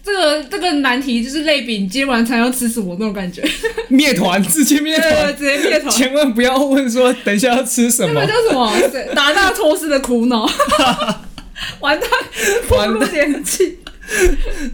[SPEAKER 2] 这个这个难题就是类比你今天晚餐要吃什么那 种感觉，
[SPEAKER 1] 灭团，直接灭团，
[SPEAKER 2] 对，直接灭团。
[SPEAKER 1] 千万不要问说等一下要吃什
[SPEAKER 2] 那
[SPEAKER 1] 么
[SPEAKER 2] 个，叫什么？谁 达纳托斯的苦恼。完蛋，暴露年纪，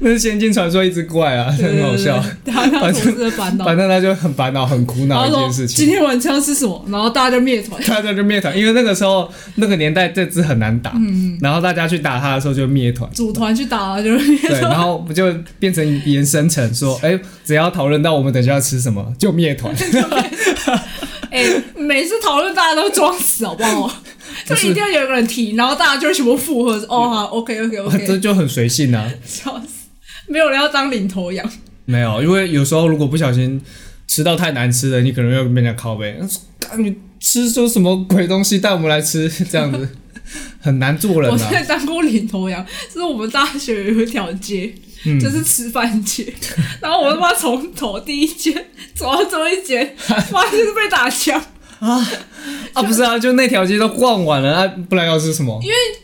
[SPEAKER 1] 那是《仙境传说》一只怪啊，很好笑。
[SPEAKER 2] 对。对对达纳托斯的烦恼。
[SPEAKER 1] 反正他就很烦恼、很苦恼
[SPEAKER 2] 然
[SPEAKER 1] 一
[SPEAKER 2] 后
[SPEAKER 1] 件
[SPEAKER 2] 说
[SPEAKER 1] 事情。
[SPEAKER 2] 今天晚餐要吃什么，然后大家就灭 团。，
[SPEAKER 1] 大家就灭团，因为那个时候那个年代这只很难打，然后大家去打它的时候就灭团
[SPEAKER 2] 组团去打就是灭
[SPEAKER 1] 对，然后就变成延伸成说， 哎、只要讨论到我们等一下要吃什么就灭团，
[SPEAKER 2] 哎、每次讨论大家都装死好不好？就
[SPEAKER 1] 不是
[SPEAKER 2] 一定要有一个人提，然后大家就全部附和说哦好 OK OK
[SPEAKER 1] 这
[SPEAKER 2] OK，
[SPEAKER 1] 就很随性啊。
[SPEAKER 2] 笑死，没有人要当领头羊。
[SPEAKER 1] 没有，因为有时候如果不小心吃到太难吃的，你可能要跟人家拷贝，干你吃出什么鬼东西带我们来吃，这样 子很难做人
[SPEAKER 2] 我
[SPEAKER 1] 啊。
[SPEAKER 2] 在当过领头羊，是我们大学有一条街，
[SPEAKER 1] 嗯
[SPEAKER 2] 就是吃饭街， 然后我他妈从头第一间走到最后一 间，妈就是被打枪，
[SPEAKER 1] 啊，不是啊，就那条街都逛完了啊，不然要吃什么？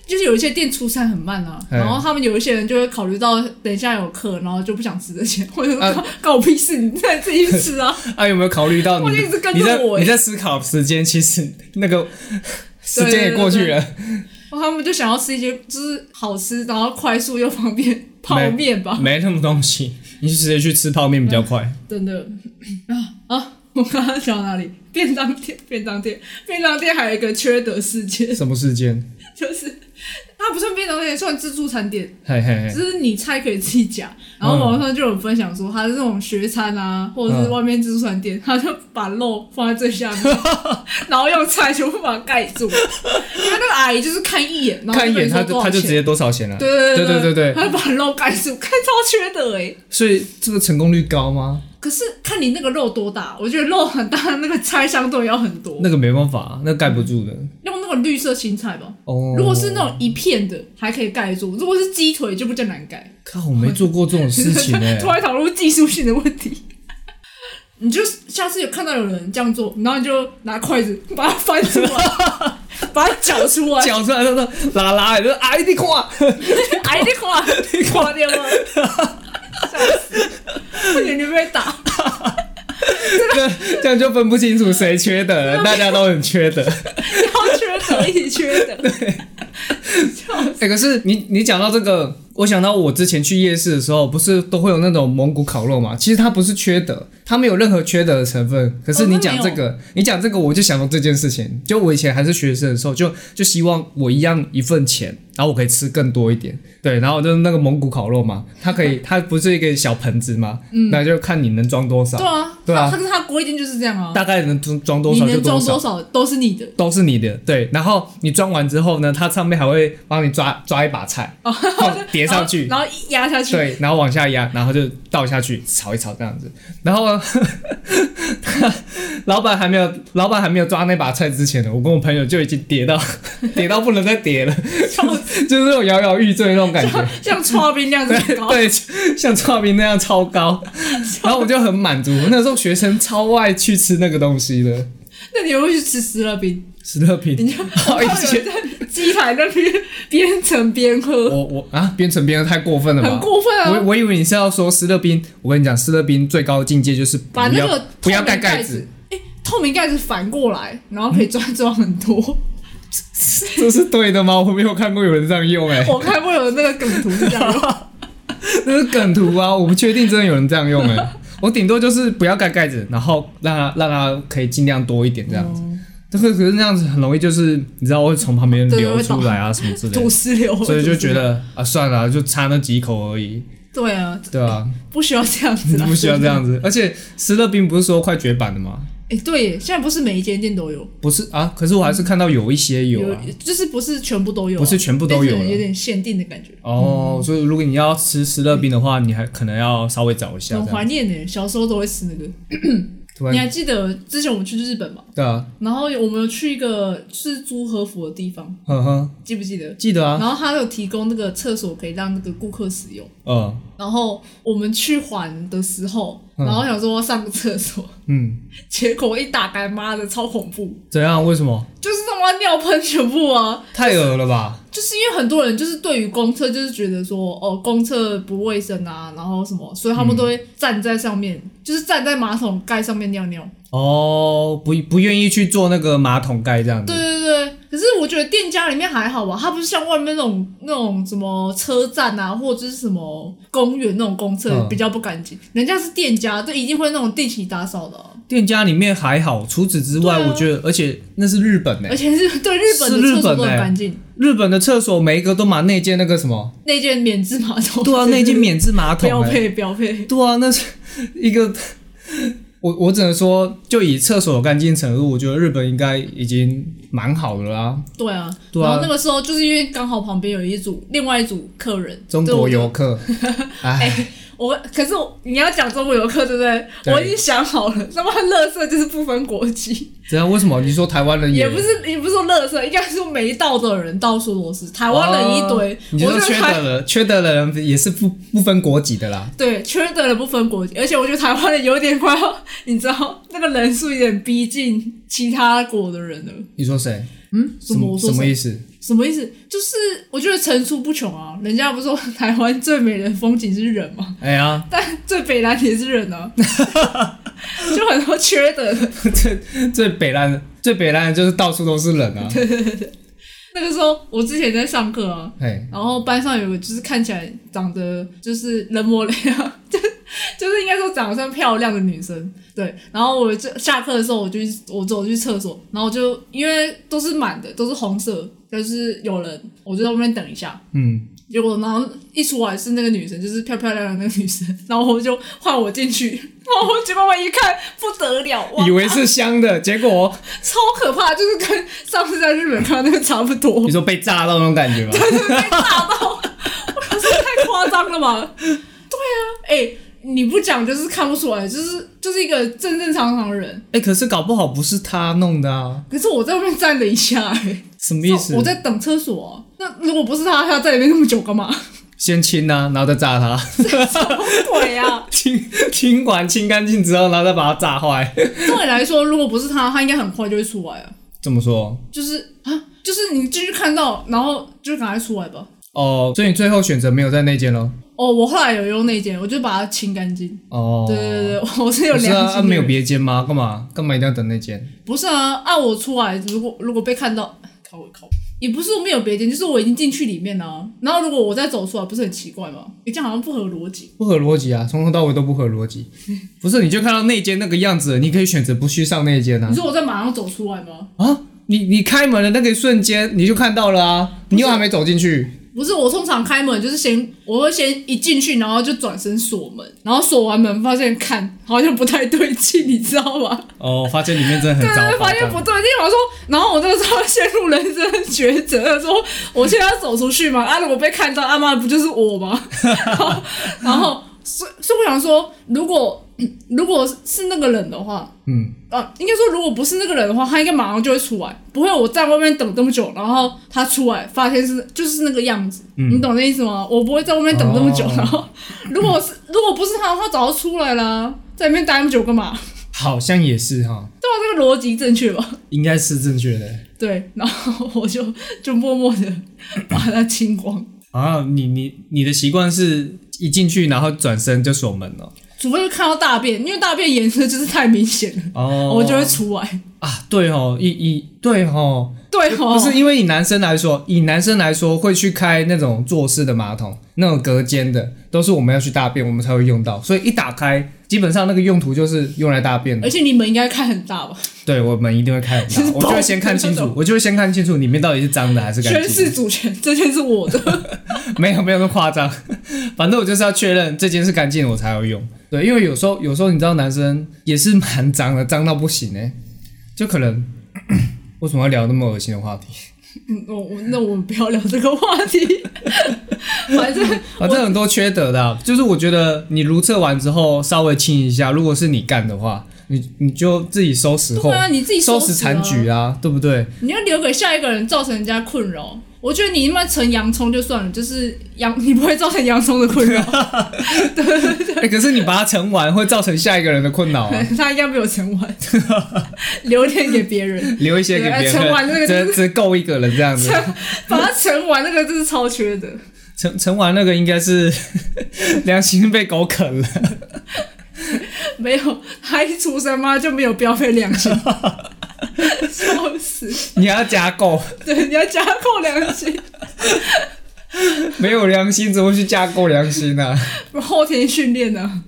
[SPEAKER 2] 就是有一些店出餐很慢啊，
[SPEAKER 1] 嗯
[SPEAKER 2] 然后他们有一些人就会考虑到等一下有课，然后就不想吃 这些，我就说
[SPEAKER 1] 啊
[SPEAKER 2] 告告我屁事，你再自己去吃啊，
[SPEAKER 1] 啊，有没有考虑到
[SPEAKER 2] 我
[SPEAKER 1] 你
[SPEAKER 2] 一直跟着
[SPEAKER 1] 你在
[SPEAKER 2] 我欸
[SPEAKER 1] 你在思考时间？其实那个 时间也过去了，
[SPEAKER 2] 然后他们就想要吃一些就是好吃，然后快速又方便泡面吧，
[SPEAKER 1] 没什么东西，你就直接去吃泡面比较 快。
[SPEAKER 2] 真的 啊啊！我刚刚讲到哪里？便当店，便当店，便当店还有一个缺德事件，
[SPEAKER 1] 什么时间？
[SPEAKER 2] 就是它不算便当店，算自助餐店，
[SPEAKER 1] 嘿嘿嘿，
[SPEAKER 2] 就是你菜可以自己夹。然
[SPEAKER 1] 嗯
[SPEAKER 2] 后网上就有人分享说，它是那种学餐啊，或者是外面自助餐店，他就把肉放在最下面， 然后用菜全部把它盖住。因为那个阿姨就是看一眼，然后
[SPEAKER 1] 看一眼他
[SPEAKER 2] 跟你
[SPEAKER 1] 就
[SPEAKER 2] 说
[SPEAKER 1] 他就直
[SPEAKER 2] 多少钱。
[SPEAKER 1] 接多少钱了？
[SPEAKER 2] 对对
[SPEAKER 1] 对
[SPEAKER 2] 对
[SPEAKER 1] 对对，
[SPEAKER 2] 他就把肉盖住，看超缺德哎、
[SPEAKER 1] 所以这个成功率高吗？
[SPEAKER 2] 可是看你那个肉多大，我觉得肉很大，那个菜相对要很多。
[SPEAKER 1] 那个没办法，啊那盖不住的。
[SPEAKER 2] 用那个绿色青菜吧，
[SPEAKER 1] 哦，
[SPEAKER 2] 如果是那种一片的，还可以盖住；如果是鸡腿，就比较难盖。。
[SPEAKER 1] 靠，我没做过这种事情哎
[SPEAKER 2] 突然讨论技术性的问题。你就下次有看到有人这样做，然后你就拿筷子把它翻出来，把它搅出来，
[SPEAKER 1] 讲出来，他说拉拉，就哎，你看，
[SPEAKER 2] 哎，你垮，你垮掉吗？笑死！不然你会被打。
[SPEAKER 1] 这这样就分不清楚谁缺德
[SPEAKER 2] 啊
[SPEAKER 1] 了，大家都很缺德。
[SPEAKER 2] 要缺德一起缺德，
[SPEAKER 1] 哎、可是你你讲到这个，我想到我之前去夜市的时候，不是都会有那种蒙古烤肉嘛？其实它不是缺德，它没有任何缺德的成分。可是
[SPEAKER 2] 哦
[SPEAKER 1] 你
[SPEAKER 2] 那
[SPEAKER 1] 讲
[SPEAKER 2] 没
[SPEAKER 1] 这
[SPEAKER 2] 有
[SPEAKER 1] 个，你讲这个，我就想到这件事情。就我以前还是学生的时候，就就希望我一样一份钱，然后我可以吃更多一点。对，然后就是那个蒙古烤肉嘛，它可以，它不是一个小盆子嘛，那就看你能装多少
[SPEAKER 2] 嗯对，啊，
[SPEAKER 1] 对啊
[SPEAKER 2] 他可是他规定就是这样啊，
[SPEAKER 1] 大概能装装多
[SPEAKER 2] 你
[SPEAKER 1] 少就
[SPEAKER 2] 能
[SPEAKER 1] 多
[SPEAKER 2] 装
[SPEAKER 1] 少
[SPEAKER 2] 多。少都是你的，
[SPEAKER 1] 都是你的，对。然后你装完之后呢，它上面还会帮你抓抓一把菜，
[SPEAKER 2] 哦
[SPEAKER 1] 放叠
[SPEAKER 2] 然后
[SPEAKER 1] 上去，
[SPEAKER 2] 然后一压 下去，
[SPEAKER 1] 对，然后往下压，然后就倒下去炒一炒这样子。然后 呢老板还没有老板还没有抓那把菜之前呢，我跟我朋友就已经叠到 叠到不能再叠了，就是那种摇摇欲坠那种感觉。
[SPEAKER 2] 像刨冰那样子
[SPEAKER 1] 对
[SPEAKER 2] 高，
[SPEAKER 1] 对，像刨冰那样超高，然后我就很满足。那时候学生超爱去吃那个东西的，
[SPEAKER 2] 那你会不会去吃石乐冰？
[SPEAKER 1] 石乐饼。
[SPEAKER 2] 你就
[SPEAKER 1] 好以前
[SPEAKER 2] 鸡排那边边盛边喝，
[SPEAKER 1] 我我啊，边存边喝太过分了吧？
[SPEAKER 2] 很过分啊！
[SPEAKER 1] 我我以为你是要说斯乐冰，我跟你讲，斯乐冰最高的境界就是不
[SPEAKER 2] 把那
[SPEAKER 1] 要
[SPEAKER 2] 个
[SPEAKER 1] 不要
[SPEAKER 2] 透明
[SPEAKER 1] 盖嗯
[SPEAKER 2] 盖，，哎、透明盖子反过来，然后可以装装很 多。
[SPEAKER 1] 这是对的吗？我没有看过有人这样用、欸，哎，
[SPEAKER 2] 我看过有那个梗图是这样 的，
[SPEAKER 1] 那是梗图啊，我不确定真的有人这样用、欸， 哎，我顶多就是不要盖盖子，然后让它让它可以尽量多一点这样子。
[SPEAKER 2] 哦
[SPEAKER 1] 但是可是那样子很容易就是你知道会从旁边
[SPEAKER 2] 对
[SPEAKER 1] 流
[SPEAKER 2] 会
[SPEAKER 1] 出来啊什么之类
[SPEAKER 2] 吐
[SPEAKER 1] 的，
[SPEAKER 2] 石流，
[SPEAKER 1] 所以就觉
[SPEAKER 2] 得
[SPEAKER 1] 得啊算了，就差那几口而已，
[SPEAKER 2] 对啊，
[SPEAKER 1] 对 啊，
[SPEAKER 2] 不需要这样子 啦，
[SPEAKER 1] 不需要这样子。而且斯乐冰不是说快绝版的吗？
[SPEAKER 2] 哎、对耶，现在不是每一间店都有，
[SPEAKER 1] 不是啊，可是我还是看到有一些有啊。
[SPEAKER 2] 就是不是全部都有
[SPEAKER 1] 不
[SPEAKER 2] 啊、
[SPEAKER 1] 是全部都有
[SPEAKER 2] 变成
[SPEAKER 1] 了
[SPEAKER 2] 有点限定的感觉。
[SPEAKER 1] 哦，所以如果你要吃湿乐冰的话，你还可能要稍微找一下。
[SPEAKER 2] 很
[SPEAKER 1] 这样
[SPEAKER 2] 怀念呢，小时候都会吃那个。
[SPEAKER 1] 突
[SPEAKER 2] 你
[SPEAKER 1] 然，
[SPEAKER 2] 还记得之前我们去日本嘛？
[SPEAKER 1] 对啊，
[SPEAKER 2] 然后我们有去一个是租和服的地方，
[SPEAKER 1] 呵呵，
[SPEAKER 2] 记不记得？
[SPEAKER 1] 记得啊，
[SPEAKER 2] 然后他有提供那个厕所可以让那个顾客使用。
[SPEAKER 1] 嗯
[SPEAKER 2] 然后我们去还的时候，
[SPEAKER 1] 嗯
[SPEAKER 2] 然后想说上个厕所，
[SPEAKER 1] 嗯，
[SPEAKER 2] 结果一打开，妈的超恐怖，
[SPEAKER 1] 怎样？为什么？
[SPEAKER 2] 就是他妈尿喷全部啊！
[SPEAKER 1] 太恶了吧？
[SPEAKER 2] 就是因为很多人就是对于公厕就是觉得说哦公厕不卫生啊，然后什么，所以他们
[SPEAKER 1] 嗯
[SPEAKER 2] 都会站在上面，就是站在马桶盖上面尿尿。
[SPEAKER 1] 哦，不不愿意去做那个马桶盖这样
[SPEAKER 2] 对
[SPEAKER 1] 子。
[SPEAKER 2] 对对，可是我觉得店家里面还好吧，它不是像外面那种那种什么车站啊，或者是什么公园那种公厕、
[SPEAKER 1] 嗯
[SPEAKER 2] 比较不干净，人家是店家，这一定会那种定期打扫的啊、
[SPEAKER 1] 店家里面还好，除此之外，
[SPEAKER 2] 对啊
[SPEAKER 1] 我觉得，而且那是日本呢
[SPEAKER 2] 而，且是对日本的
[SPEAKER 1] 嗯是日
[SPEAKER 2] 厕所
[SPEAKER 1] 本
[SPEAKER 2] 都很
[SPEAKER 1] 欸
[SPEAKER 2] 干净，
[SPEAKER 1] 日本的厕所每一个都买内建那个什么，
[SPEAKER 2] 那件免治马桶，
[SPEAKER 1] 对啊，内建 免治马桶
[SPEAKER 2] 标
[SPEAKER 1] 欸，
[SPEAKER 2] 配标配，
[SPEAKER 1] 对啊，那是一个， 我我只能说，就以厕所的干净程度，我觉得日本应该已经蛮好的啦。
[SPEAKER 2] 对啊。
[SPEAKER 1] 对啊
[SPEAKER 2] 然后那个时候就是因为刚好旁边有一组另外一组客人，
[SPEAKER 1] 中
[SPEAKER 2] 对
[SPEAKER 1] 国
[SPEAKER 2] 我就
[SPEAKER 1] 游客，哎，
[SPEAKER 2] 我可是我你要讲中国游客对不对？
[SPEAKER 1] 对
[SPEAKER 2] 我已经想好了，他妈乐色就是不分国籍，
[SPEAKER 1] 怎样？为什么你说台湾人
[SPEAKER 2] 也不是也不是说乐色，应该是说没到的人到处都是，台湾人一堆，
[SPEAKER 1] 哦你就
[SPEAKER 2] 我
[SPEAKER 1] 说
[SPEAKER 2] 觉得
[SPEAKER 1] 缺
[SPEAKER 2] 台
[SPEAKER 1] 德人，缺德的人也是不不分国籍的啦。
[SPEAKER 2] 对缺德人不分国籍，而且我觉得台湾人有点快要，你知道那个人数有点逼近其他国的人了。
[SPEAKER 1] 你说谁？
[SPEAKER 2] 嗯，
[SPEAKER 1] 什
[SPEAKER 2] 什么？我
[SPEAKER 1] 么
[SPEAKER 2] 说
[SPEAKER 1] 什么
[SPEAKER 2] 谁
[SPEAKER 1] 意思？
[SPEAKER 2] 什么意思？就是我觉得层出不穷啊，人家不是说 台湾最美的风景是人吗？
[SPEAKER 1] 哎呀，
[SPEAKER 2] 但最北南也是人 啊，就很多缺德的。
[SPEAKER 1] 最北烂的，最北烂的就是到处都是人啊。
[SPEAKER 2] 那个时候我之前在上课啊，
[SPEAKER 1] 哎，
[SPEAKER 2] 然后班上有个就是看起来长得就是人模人样， 就就是应该说长得算漂亮的女生，对。然后我就下课的时候，我就去我走去厕所，然后就因为都是满的，都是红色，就是有人，我就在外面等一下。
[SPEAKER 1] 嗯，
[SPEAKER 2] 结果然后一出来是那个女生，就是漂漂亮亮的那个女生，然后我就 换我进去，然后我结果我一看不得了，哇啊
[SPEAKER 1] 以，为是香的，结 果
[SPEAKER 2] 超可怕，就是跟上次在日本看到那个差不多
[SPEAKER 1] 你。说被炸到那种感觉吗？
[SPEAKER 2] 这太夸张了吧？ 对啊，哎、你不讲就是看不出来，就是就是一个正正常常的人。
[SPEAKER 1] 哎，可是搞不好不是他弄的啊，
[SPEAKER 2] 可是我在外面站了一下、哎，
[SPEAKER 1] 什么意思？
[SPEAKER 2] 我在等厕所、啊。那如果不是他，他要在里面那么久干嘛？
[SPEAKER 1] 先亲啊，然后再炸他，
[SPEAKER 2] 什么鬼啊！
[SPEAKER 1] 清清完清干净之后，然后再把它炸坏。
[SPEAKER 2] 照理来说，如果不是他，他应该很快就会出来啊。
[SPEAKER 1] 怎么说？
[SPEAKER 2] 就是啊，就是你进去看到，然后就赶快出来吧。
[SPEAKER 1] 哦，所以你最后选择没有在那间咯。
[SPEAKER 2] 哦，我后来有用那件，我就把它清干净。
[SPEAKER 1] 哦，
[SPEAKER 2] 对对对，对我是有
[SPEAKER 1] 不是
[SPEAKER 2] 良
[SPEAKER 1] 啊，啊
[SPEAKER 2] 心的人。
[SPEAKER 1] 没有别间吗？干嘛干嘛一定要等那间？
[SPEAKER 2] 啊不是啊，按我出来，如果如果被看到，靠超会靠谱。也不是说没有别间，就是我已经进去里面了、啊然后如果我再走出来，不是很奇怪吗？诶这样好像不合逻辑。
[SPEAKER 1] 不合逻辑啊，从头到尾都不合逻辑。 不是，你就看到那间那个样子了，你可以选择不去上那间啊
[SPEAKER 2] 你。说我在马上走出来吗？
[SPEAKER 1] 啊，你你开门的那个瞬间你就看到了啊，你又还没走进去，
[SPEAKER 2] 不是，我通常开门就是先，我会先一进去，然后就转身锁门，然后锁完门发现看好像不太对劲，你知道吗？
[SPEAKER 1] 哦，发现里面真的很
[SPEAKER 2] 对对对，发现不对劲，我说，然后我这个时候陷入人生的抉择，说我现在要走出去嘛？啊，如果被看到，阿、啊、妈不就是我吗？ 然后，然后，所以所以我想说，如果嗯如果是那个人的话，
[SPEAKER 1] 嗯，
[SPEAKER 2] 啊，应该说如果不是那个人的话，他应该马上就会出来，不会我在外面等这么久，然后他出来发现是就是那个样子，你懂那意思吗？我不会在外面等这么久，
[SPEAKER 1] 嗯哦
[SPEAKER 2] 然后如果是如果不是他的话，早就出来啦，在里面待那么久干嘛？
[SPEAKER 1] 好像也是哈，
[SPEAKER 2] 对吧？这个逻辑正确吧？
[SPEAKER 1] 应该是正确的
[SPEAKER 2] 对，然后 我就就默默的把它清光，
[SPEAKER 1] 啊。你你你的习惯是一进去然后转身就锁门了
[SPEAKER 2] 除非是看到大便，因为大便颜色就是太明显了，
[SPEAKER 1] 哦，
[SPEAKER 2] 我就会出来。
[SPEAKER 1] 啊，对哦，以以对哦，
[SPEAKER 2] 对哦，
[SPEAKER 1] 不是因为以男生来说，以男生来说会去开那种坐式的马桶，那种隔间的，都是我们要去大便，我们才会用到，所以一打开，基本上那个用途就是用来大便的
[SPEAKER 2] 而。且你们应该看很大吧？
[SPEAKER 1] 对，我们一定会开很
[SPEAKER 2] 就是
[SPEAKER 1] 大，我就
[SPEAKER 2] 爆
[SPEAKER 1] 会先看清
[SPEAKER 2] 那
[SPEAKER 1] 楚
[SPEAKER 2] 种，
[SPEAKER 1] 我就会先看清楚里面到底是脏的还是干
[SPEAKER 2] 宣
[SPEAKER 1] 净
[SPEAKER 2] 誓主权，这件是我 的。
[SPEAKER 1] 的。没有没有那么夸张，反正我就是要确认这间是干净的我才要用。对，因为有时候有时候你知道男生也是蛮脏的，脏到不行哎、就可能 为什么要聊那么恶心的话题？
[SPEAKER 2] 嗯我我那我们不要聊这个话 题，反正
[SPEAKER 1] 反正很多缺德的啊、就是我觉得你如厕完之后稍微清一下，如果是你干的话，你你就自己收拾后，
[SPEAKER 2] 对啊，你自己
[SPEAKER 1] 收
[SPEAKER 2] 拾
[SPEAKER 1] 拾残局
[SPEAKER 2] 啊，
[SPEAKER 1] 啊，对不对？
[SPEAKER 2] 你要留给下一个人造成人家困扰。我觉得你他妈成洋葱就算了，就是洋 你不会造成洋葱的困扰，
[SPEAKER 1] 哎，可是你把它盛完，会造成下一个人的困 扰啊。
[SPEAKER 2] 他应该没有盛 完，留点给别人。
[SPEAKER 1] 留一些给别人，
[SPEAKER 2] 对哎盛完那个就
[SPEAKER 1] 只只够一个人这样子。
[SPEAKER 2] 把它盛完，那个真是超缺的，
[SPEAKER 1] 盛盛完那个应该是 良心被狗啃了。
[SPEAKER 2] 没有，他一出生嘛就没有标配良 心，笑死！
[SPEAKER 1] 你还要加购，
[SPEAKER 2] 对，你要加扣良心，
[SPEAKER 1] 没有良心怎么去加购良心 呢、啊？
[SPEAKER 2] 不后天训练呢、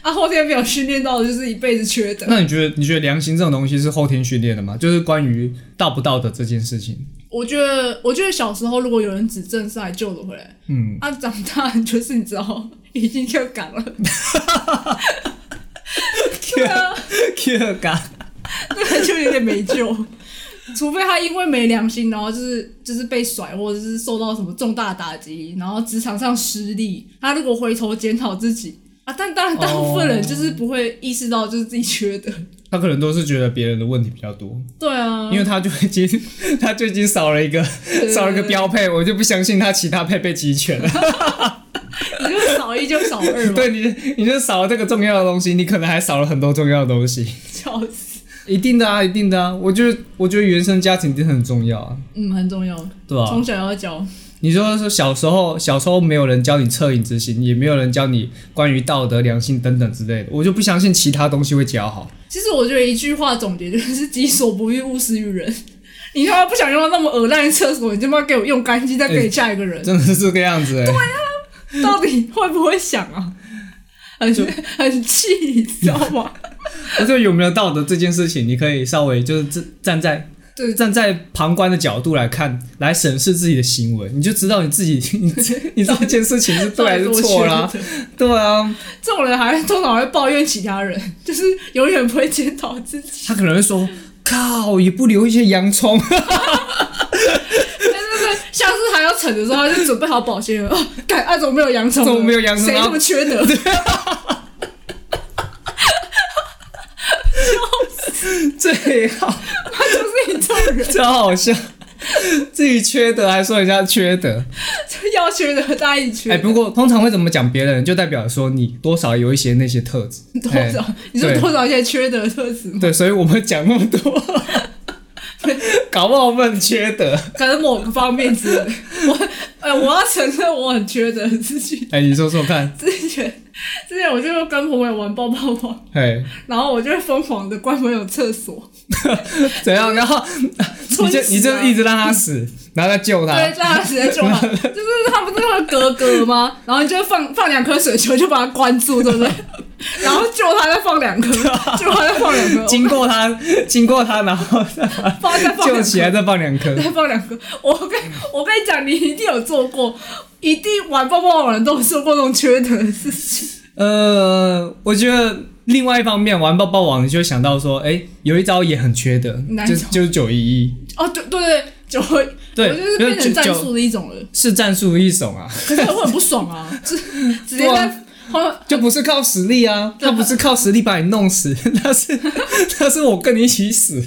[SPEAKER 2] 啊？后天没有训练到的，就是一辈子缺德。
[SPEAKER 1] 那你觉得你觉得良心这种东西是后天训练的吗？就是关于道不道德这件事情。
[SPEAKER 2] 我觉得，我觉得小时候如果有人指正是还救得回来，
[SPEAKER 1] 嗯，
[SPEAKER 2] 啊，长大就是你知道，已经要赶 了。对啊，
[SPEAKER 1] Q 感
[SPEAKER 2] 那个 就有点没救。除非他因为没良心，然后就是就是被甩，或者是受到什么重大打击，然后职场上失利，他如果回头检讨自己啊，但
[SPEAKER 1] 哦
[SPEAKER 2] 当然大部分人就是不会意识到就是自己缺 德，
[SPEAKER 1] 他可能都是觉得别人的问题比较多，
[SPEAKER 2] 对啊，
[SPEAKER 1] 因为他就已经 他就已经少了一个
[SPEAKER 2] 对
[SPEAKER 1] 少了一个标配，我就不相信他其他配备齐全了。
[SPEAKER 2] 你就少一就少二嘛，
[SPEAKER 1] 对你，你就少了这个重要的东西，你可能还少了很多重要的东西。
[SPEAKER 2] 笑死，
[SPEAKER 1] 一定的啊，一定的啊！我觉得，我觉得原生家庭一定很重要啊，
[SPEAKER 2] 嗯，很重要，
[SPEAKER 1] 对吧、
[SPEAKER 2] 从小要教，
[SPEAKER 1] 你说说小时候，小时候没有人教你恻隐之心，也没有人教你关于道德、良心等等之类的，我就不相信其他东西会教好。
[SPEAKER 2] 其实我觉得一句话总结就是“己所不欲，勿施于人”。你他妈不想用到那么恶烂的厕所，你他妈给我用干净，再
[SPEAKER 1] 哎
[SPEAKER 2] 给下一个人，
[SPEAKER 1] 真的是这个样子、欸，
[SPEAKER 2] 啊 到底会不会想啊？很很气，你知道吗？
[SPEAKER 1] 而且有没有道德这件事情，你可以稍微就是站站在
[SPEAKER 2] 对，
[SPEAKER 1] 站在旁观的角度来看，来审视自己的行为，你就知道你自己 你你这件事情是对还是错啦、
[SPEAKER 2] 到底多缺德
[SPEAKER 1] 对啊，
[SPEAKER 2] 这种人还通常会抱怨其他人，就是永远不会检讨自 己。
[SPEAKER 1] 他可能会说。靠，也不留一些洋葱，
[SPEAKER 2] 但是呢，下次还要逞的时候，他就准备好保鲜盒。哦，干，啊，怎么没有洋葱？
[SPEAKER 1] 怎么没有洋葱
[SPEAKER 2] 谁
[SPEAKER 1] 然
[SPEAKER 2] 那
[SPEAKER 1] 后
[SPEAKER 2] 么缺 德？
[SPEAKER 1] 最好
[SPEAKER 2] 他就是你这种人，
[SPEAKER 1] 超好笑，自己缺德还说人家缺德。
[SPEAKER 2] 要缺德，大家一起缺
[SPEAKER 1] 哎、
[SPEAKER 2] 德。
[SPEAKER 1] 不过通常会怎么讲别人，就代表说你多少有一些那些特质。
[SPEAKER 2] 多
[SPEAKER 1] 哎
[SPEAKER 2] 少？你说
[SPEAKER 1] 对
[SPEAKER 2] 多少一些缺德特质吗？
[SPEAKER 1] 对，所以我们讲那么多， 搞不好我们很缺德。
[SPEAKER 2] 可能某个方面哎之类的。我，呃，我要承认我很缺德，自己
[SPEAKER 1] 哎、你说说看，
[SPEAKER 2] 自己觉得之前我就跟朋友玩抱抱网，
[SPEAKER 1] 嘿，
[SPEAKER 2] 然后我就会疯狂的关朋友厕所，
[SPEAKER 1] 怎样？然后 你就你就一直让他死，然后再救他。
[SPEAKER 2] 啊对，这样直接就 嘛，就是它不是会格格吗？然后你就会放放两颗水球，就把它关 住，对不对？然后救它再放两颗，救它再放两颗，
[SPEAKER 1] 经过 他，经过他，然后再把他
[SPEAKER 2] 放再放
[SPEAKER 1] 救
[SPEAKER 2] 两
[SPEAKER 1] 起来，
[SPEAKER 2] 颗，
[SPEAKER 1] 再放两颗。
[SPEAKER 2] 再放两颗。我跟我跟你讲，你一定有做过，一定玩抱抱网的人都有做过那种缺德的事情。
[SPEAKER 1] 呃，我觉得另外一方面，玩抱抱网你就会想到说，哎、有一招也很缺德
[SPEAKER 2] 哪，一
[SPEAKER 1] 就
[SPEAKER 2] 招
[SPEAKER 1] 就是九一一，
[SPEAKER 2] 哦，对对对，就会，
[SPEAKER 1] 对
[SPEAKER 2] 我就是
[SPEAKER 1] 因为
[SPEAKER 2] 变成
[SPEAKER 1] 就
[SPEAKER 2] 战
[SPEAKER 1] 就
[SPEAKER 2] 术的一种了。
[SPEAKER 1] 是战术一种 啊，
[SPEAKER 2] 可是我很不爽啊， 直直
[SPEAKER 1] 对
[SPEAKER 2] 接在
[SPEAKER 1] 啊
[SPEAKER 2] 后面
[SPEAKER 1] 就不是靠实力啊，
[SPEAKER 2] 对
[SPEAKER 1] 他不是靠实力把你弄死， 他是他是我跟你一起死，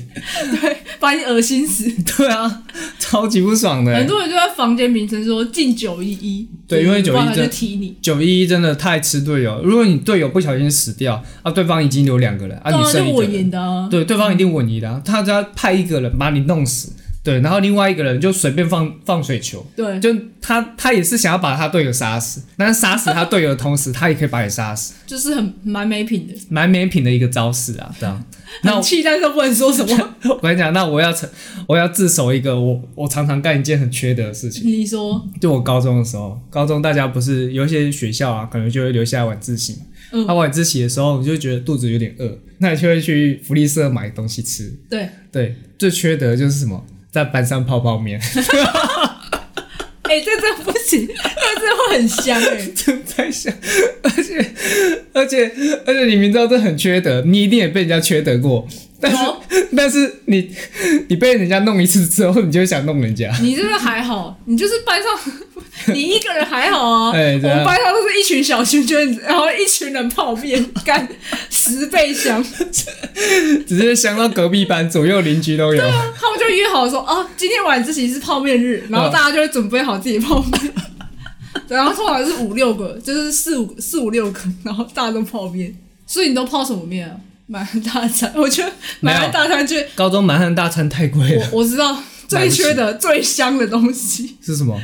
[SPEAKER 2] 对把你恶心死。
[SPEAKER 1] 对啊，超级不爽的、欸
[SPEAKER 2] 很多人就在房间名称说进九一一，
[SPEAKER 1] 对因为
[SPEAKER 2] 就是不然
[SPEAKER 1] 911
[SPEAKER 2] 他就踢你，
[SPEAKER 1] 九一一真的太吃队友，如果你队友不小心死掉，啊，对方已经有两个人，啊，
[SPEAKER 2] 当
[SPEAKER 1] 你
[SPEAKER 2] 然
[SPEAKER 1] 剩
[SPEAKER 2] 就
[SPEAKER 1] 一
[SPEAKER 2] 我
[SPEAKER 1] 个人，
[SPEAKER 2] 演的啊。
[SPEAKER 1] 对，对方一定稳赢的、啊，他只要派一个人把你弄死，对，然后另外一个人就随便放放水球。
[SPEAKER 2] 对，
[SPEAKER 1] 就他他也是想要把他队友杀死，但是杀死他队友的同时，他也可以把你杀死，
[SPEAKER 2] 就是很蛮没品的，
[SPEAKER 1] 蛮没品的一个招式啊，这样。 那
[SPEAKER 2] 很
[SPEAKER 1] 我
[SPEAKER 2] 气，但是都不能说什么。
[SPEAKER 1] 我跟你讲，那我要成，我要自首一个，我我常常干一件很缺德的事情。
[SPEAKER 2] 你说，
[SPEAKER 1] 就我高中的时候，高中大家不是有一些学校啊，可能就会留下来晚自习嘛。
[SPEAKER 2] 嗯
[SPEAKER 1] 他、晚自习的时候，你就觉得肚子有点饿，那你就会去福利社买东西吃。
[SPEAKER 2] 对，
[SPEAKER 1] 对，最缺德的就是什么，在班上泡泡面，
[SPEAKER 2] 哎，这真的不行，这真的会很香哎。
[SPEAKER 1] 正在想，而且而且而且你明知道这很缺德，你一定也被人家缺德过，但是、
[SPEAKER 2] 有
[SPEAKER 1] 但是你你被人家弄一次之后，你就会想弄人家。
[SPEAKER 2] 你这个还好，你就是班上你一个人还好啊。
[SPEAKER 1] 哎
[SPEAKER 2] 我
[SPEAKER 1] 怎样
[SPEAKER 2] 们班上都是一群小圈圈，然后一群人泡面，干十倍香。
[SPEAKER 1] 只是想到隔壁班左右邻居都有，
[SPEAKER 2] 他们就约好说，哦，今天晚自习是泡面
[SPEAKER 1] 嗯
[SPEAKER 2] 日，然后大家就会准备好自己泡面。 对，然后通常是五六个，就是四五四五六个，然后大家都泡面。所以你都泡什么面啊？满汉大餐，我觉得
[SPEAKER 1] 没
[SPEAKER 2] 满
[SPEAKER 1] 有
[SPEAKER 2] 汉大餐就
[SPEAKER 1] 高中满汉大餐太贵了，
[SPEAKER 2] 我我知道
[SPEAKER 1] 买
[SPEAKER 2] 最
[SPEAKER 1] 不起
[SPEAKER 2] 缺的、最香的东 西，
[SPEAKER 1] 是什么？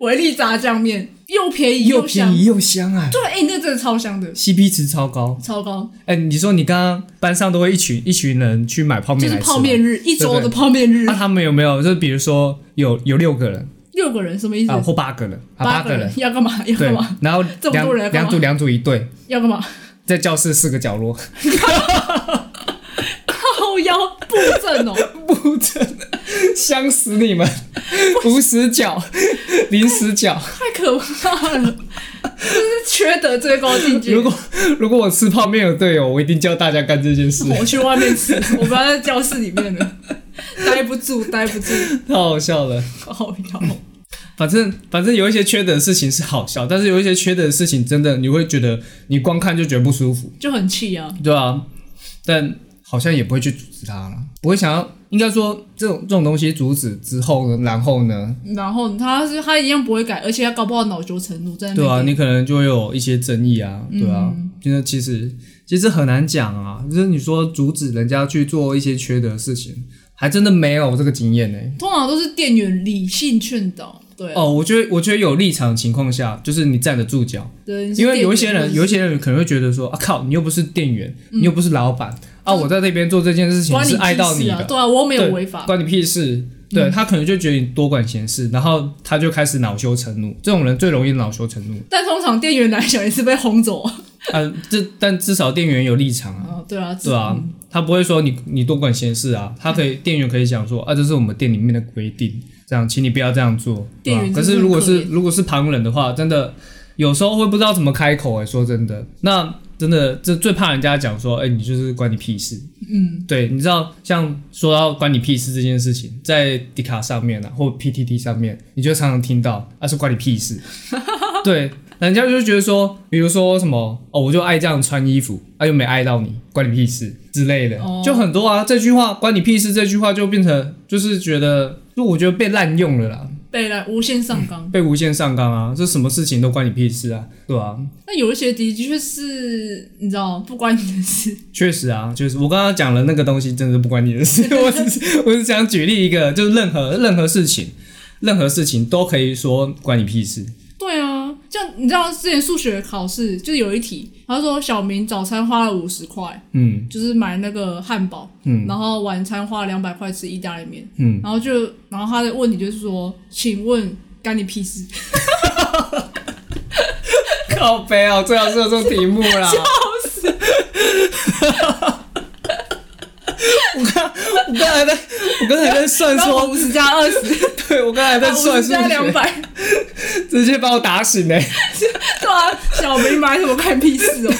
[SPEAKER 2] 维力炸酱面，又便宜
[SPEAKER 1] 又
[SPEAKER 2] 香
[SPEAKER 1] 便。宜又香啊
[SPEAKER 2] 对，哎、那真的超香的，
[SPEAKER 1] ，CP 值超高。
[SPEAKER 2] 超高，
[SPEAKER 1] 哎、你说你刚刚班上都会一群一群人去买泡
[SPEAKER 2] 就
[SPEAKER 1] 面
[SPEAKER 2] 是
[SPEAKER 1] 来吃吗，
[SPEAKER 2] 泡面日，一周
[SPEAKER 1] 对啊
[SPEAKER 2] 的泡面日
[SPEAKER 1] 那、，他们有没有？就是比如说有有六个人
[SPEAKER 2] 六个人什么意思？
[SPEAKER 1] 啊，或八个人，啊
[SPEAKER 2] 嗯八
[SPEAKER 1] 个 人，
[SPEAKER 2] 要干嘛？要
[SPEAKER 1] 对
[SPEAKER 2] 干嘛？，
[SPEAKER 1] 然后
[SPEAKER 2] 这么多人要
[SPEAKER 1] 两
[SPEAKER 2] 干
[SPEAKER 1] 两
[SPEAKER 2] 嘛
[SPEAKER 1] 组两组一队，
[SPEAKER 2] 要干嘛？
[SPEAKER 1] 在教室四个角落，
[SPEAKER 2] 靠腰布阵哦，
[SPEAKER 1] 不真的香死你们，无死角、 零死角。
[SPEAKER 2] 太可怕了，这是缺德最高境界。
[SPEAKER 1] 如果如果我吃泡面有队友，我一定教大家干这件事，
[SPEAKER 2] 我去外面吃，我不要在教室里面了，待不住，待不住，
[SPEAKER 1] 太 好笑了。
[SPEAKER 2] 靠腰。
[SPEAKER 1] 反正反正有一些缺德的事情是好笑，但是有一些缺德的事情真的你会觉得你光看就觉得不舒服，
[SPEAKER 2] 就很气啊！
[SPEAKER 1] 对啊，但好像也不会去阻止他了，不会想要。应该说这种这种东西阻止之后呢，然后呢，
[SPEAKER 2] 然后他是他一样不会改，而且他搞不好恼羞成怒，在那边
[SPEAKER 1] 对啊，你可能就会有一些争议啊，对啊，因为其实其实很难讲啊，就是你说阻止人家去做一些缺德的事情，还真的没有这个经验呢、
[SPEAKER 2] 通常都是店员理性劝导，对啊
[SPEAKER 1] 哦，我觉得我觉得有立场的情况下，就是你站得住脚，
[SPEAKER 2] 对，你是
[SPEAKER 1] 因为有一些
[SPEAKER 2] 店员
[SPEAKER 1] 人有一些人可能会觉得说啊靠，你又不是店员，你又不是老板、啊，我在那边做这件事情
[SPEAKER 2] 嗯关你
[SPEAKER 1] 是
[SPEAKER 2] 屁
[SPEAKER 1] 碍到你
[SPEAKER 2] 事
[SPEAKER 1] 的，
[SPEAKER 2] 啊，对啊，我又没有
[SPEAKER 1] 对
[SPEAKER 2] 违法，嗯
[SPEAKER 1] 关你屁事。对他可能就觉得你多管闲事，然后他就开始恼羞成怒。这种人最容易恼羞成怒。
[SPEAKER 2] 但通常店员来讲也是被轰走啊，
[SPEAKER 1] 嗯、这但至少店员有立场啊，
[SPEAKER 2] 哦对啊，
[SPEAKER 1] 对啊，他不会说你你多管闲事啊，他可以店员可以讲说啊，这是我们店里面的规定，这样，请你不要这样做，对吧
[SPEAKER 2] 店员？
[SPEAKER 1] 可
[SPEAKER 2] 真的
[SPEAKER 1] 是如果是
[SPEAKER 2] 很可
[SPEAKER 1] 如果是旁人的话，真的有时候会不知道怎么开口哎、说真的，那真的这最怕人家讲说，哎、你就是关你屁事。
[SPEAKER 2] 嗯，
[SPEAKER 1] 对，你知道像说到关你屁事这件事情，在迪卡上面啊，或 PTT 上面，你就常常听到啊是关你屁事。对，人家就觉得说，比如说什么哦，我就爱这样穿衣服，啊又没爱到你，关你屁事之类的，
[SPEAKER 2] 哦
[SPEAKER 1] 就很多啊。这句话关你屁事这句话就变成就是觉得，就我觉得被滥用了啦，
[SPEAKER 2] 被来无限上纲。
[SPEAKER 1] 被无限上纲啊，这什么事情都关你屁事啊，对吧、
[SPEAKER 2] 那有一些的确是，你知道，不关你的事，
[SPEAKER 1] 确实啊，就是我刚刚讲了那个东西，真的不关你的事。我只是我只想举例一个，就是任何任何事情，任何事情都可以说关你屁事。
[SPEAKER 2] 对啊，就你知道之前数学考试就有一题，他说小明早餐花了五十块，
[SPEAKER 1] 嗯
[SPEAKER 2] 就是买那个汉堡，
[SPEAKER 1] 嗯
[SPEAKER 2] 然后晚餐花了两百块吃意大利面，
[SPEAKER 1] 嗯，
[SPEAKER 2] 然后就然后他的问题就是说，请问干你屁事？
[SPEAKER 1] 靠背哦，最好是有这种题目啦。我刚我刚才在，我刚才在算
[SPEAKER 2] 然后
[SPEAKER 1] 说，
[SPEAKER 2] 五十加二十，
[SPEAKER 1] 对我刚才在
[SPEAKER 2] 五
[SPEAKER 1] 算
[SPEAKER 2] 十
[SPEAKER 1] 数
[SPEAKER 2] 加两
[SPEAKER 1] 学，
[SPEAKER 2] 百，
[SPEAKER 1] 直接把我打醒欸嘞、
[SPEAKER 2] 对啊，小明买什么干屁事哦？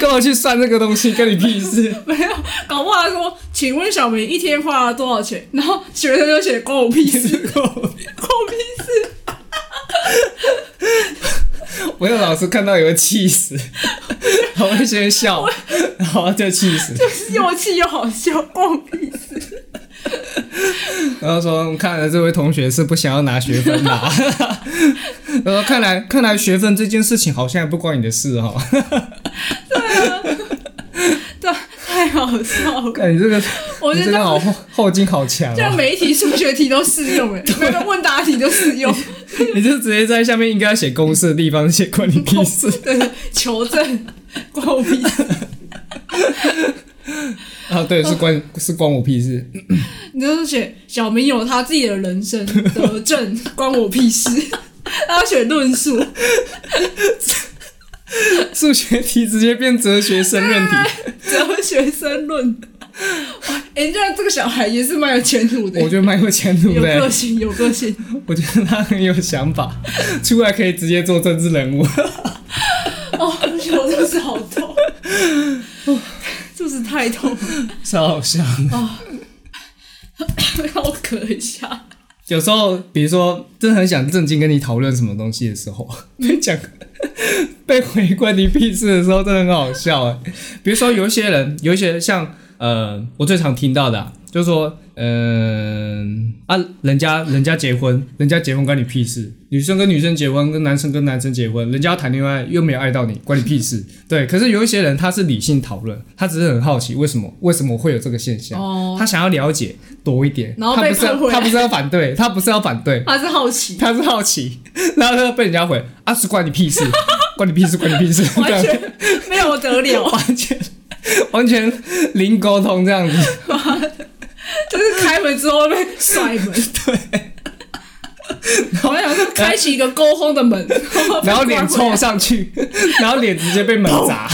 [SPEAKER 1] 跟我去算这个东西，跟你屁事。
[SPEAKER 2] 没有，搞不好他说，请问小明一天花了多少钱？然后学生就写关我屁 事，关我屁事，
[SPEAKER 1] 我有老师看到也会气 死，我会先笑，然后就气死，
[SPEAKER 2] 就是又气又好笑，关我屁事。
[SPEAKER 1] 然后说看来这位同学是不想要拿学分 吧。然后看来看来学分这件事情好像也不关你的事哈、哦。
[SPEAKER 2] 对，啊太好笑了。
[SPEAKER 1] 看你这个，
[SPEAKER 2] 我
[SPEAKER 1] 你
[SPEAKER 2] 觉
[SPEAKER 1] 这
[SPEAKER 2] 得
[SPEAKER 1] 个好后后劲好强
[SPEAKER 2] 这样
[SPEAKER 1] 哦！
[SPEAKER 2] 每一题数学题都适 用哎，
[SPEAKER 1] 啊
[SPEAKER 2] 每个问答题都适用。
[SPEAKER 1] 你就直接在下面应该要写公式的地方写关你屁 事
[SPEAKER 2] 对，求证 关我屁事。
[SPEAKER 1] 啊？对，是关是关我屁事。
[SPEAKER 2] 你就是写小明有他自己的人生得证， 关我屁事。他要写论述，
[SPEAKER 1] 数学题直接变哲学申论 题。
[SPEAKER 2] 哲学申论。哇，哎、你这样这个小孩也是蛮有前途的，欸
[SPEAKER 1] 我觉得蛮有前途
[SPEAKER 2] 有
[SPEAKER 1] 的
[SPEAKER 2] 个
[SPEAKER 1] 欸，
[SPEAKER 2] 性，有个性。
[SPEAKER 1] 我觉得他很有想法，出来可以直接做政治人物。
[SPEAKER 2] 哦，我觉得我肚子好痛， 肚子太痛了，
[SPEAKER 1] 超好笑。
[SPEAKER 2] 让我咳一下。
[SPEAKER 1] 有时候，比如说，真的很想正经跟你讨论什么东西的时候，
[SPEAKER 2] 嗯
[SPEAKER 1] 被讲 被回关你屁事的时候，真的很好笑哎。比如说，有一些人，有一些像呃，我最常听到的、啊，就是说，嗯、啊，人家人家结婚，人家结婚关你屁事，女生跟女生结婚，跟男生跟男生结婚，人家要谈恋爱又没有爱到你，关你屁 事。对，可是有一些人他是理性讨论，他只是很好奇为什么为什么会有这个现象，
[SPEAKER 2] 哦
[SPEAKER 1] 他想要了解多一点，
[SPEAKER 2] 然后
[SPEAKER 1] 他
[SPEAKER 2] 被
[SPEAKER 1] 不是要
[SPEAKER 2] 喷回来
[SPEAKER 1] 他不是要反对，他不是要反对，
[SPEAKER 2] 他是 好奇，
[SPEAKER 1] 他是好奇，然后他就被人家回啊，是关你屁 事，关你屁事，关你屁事，这
[SPEAKER 2] 完
[SPEAKER 1] 样
[SPEAKER 2] 全没有得了，
[SPEAKER 1] 完全完全零沟通这样 子，
[SPEAKER 2] 就是开门之 后被甩门。对。好像是开启一个沟通的门，
[SPEAKER 1] 然后脸
[SPEAKER 2] 冲
[SPEAKER 1] 凑上去，然后脸直接被门砸，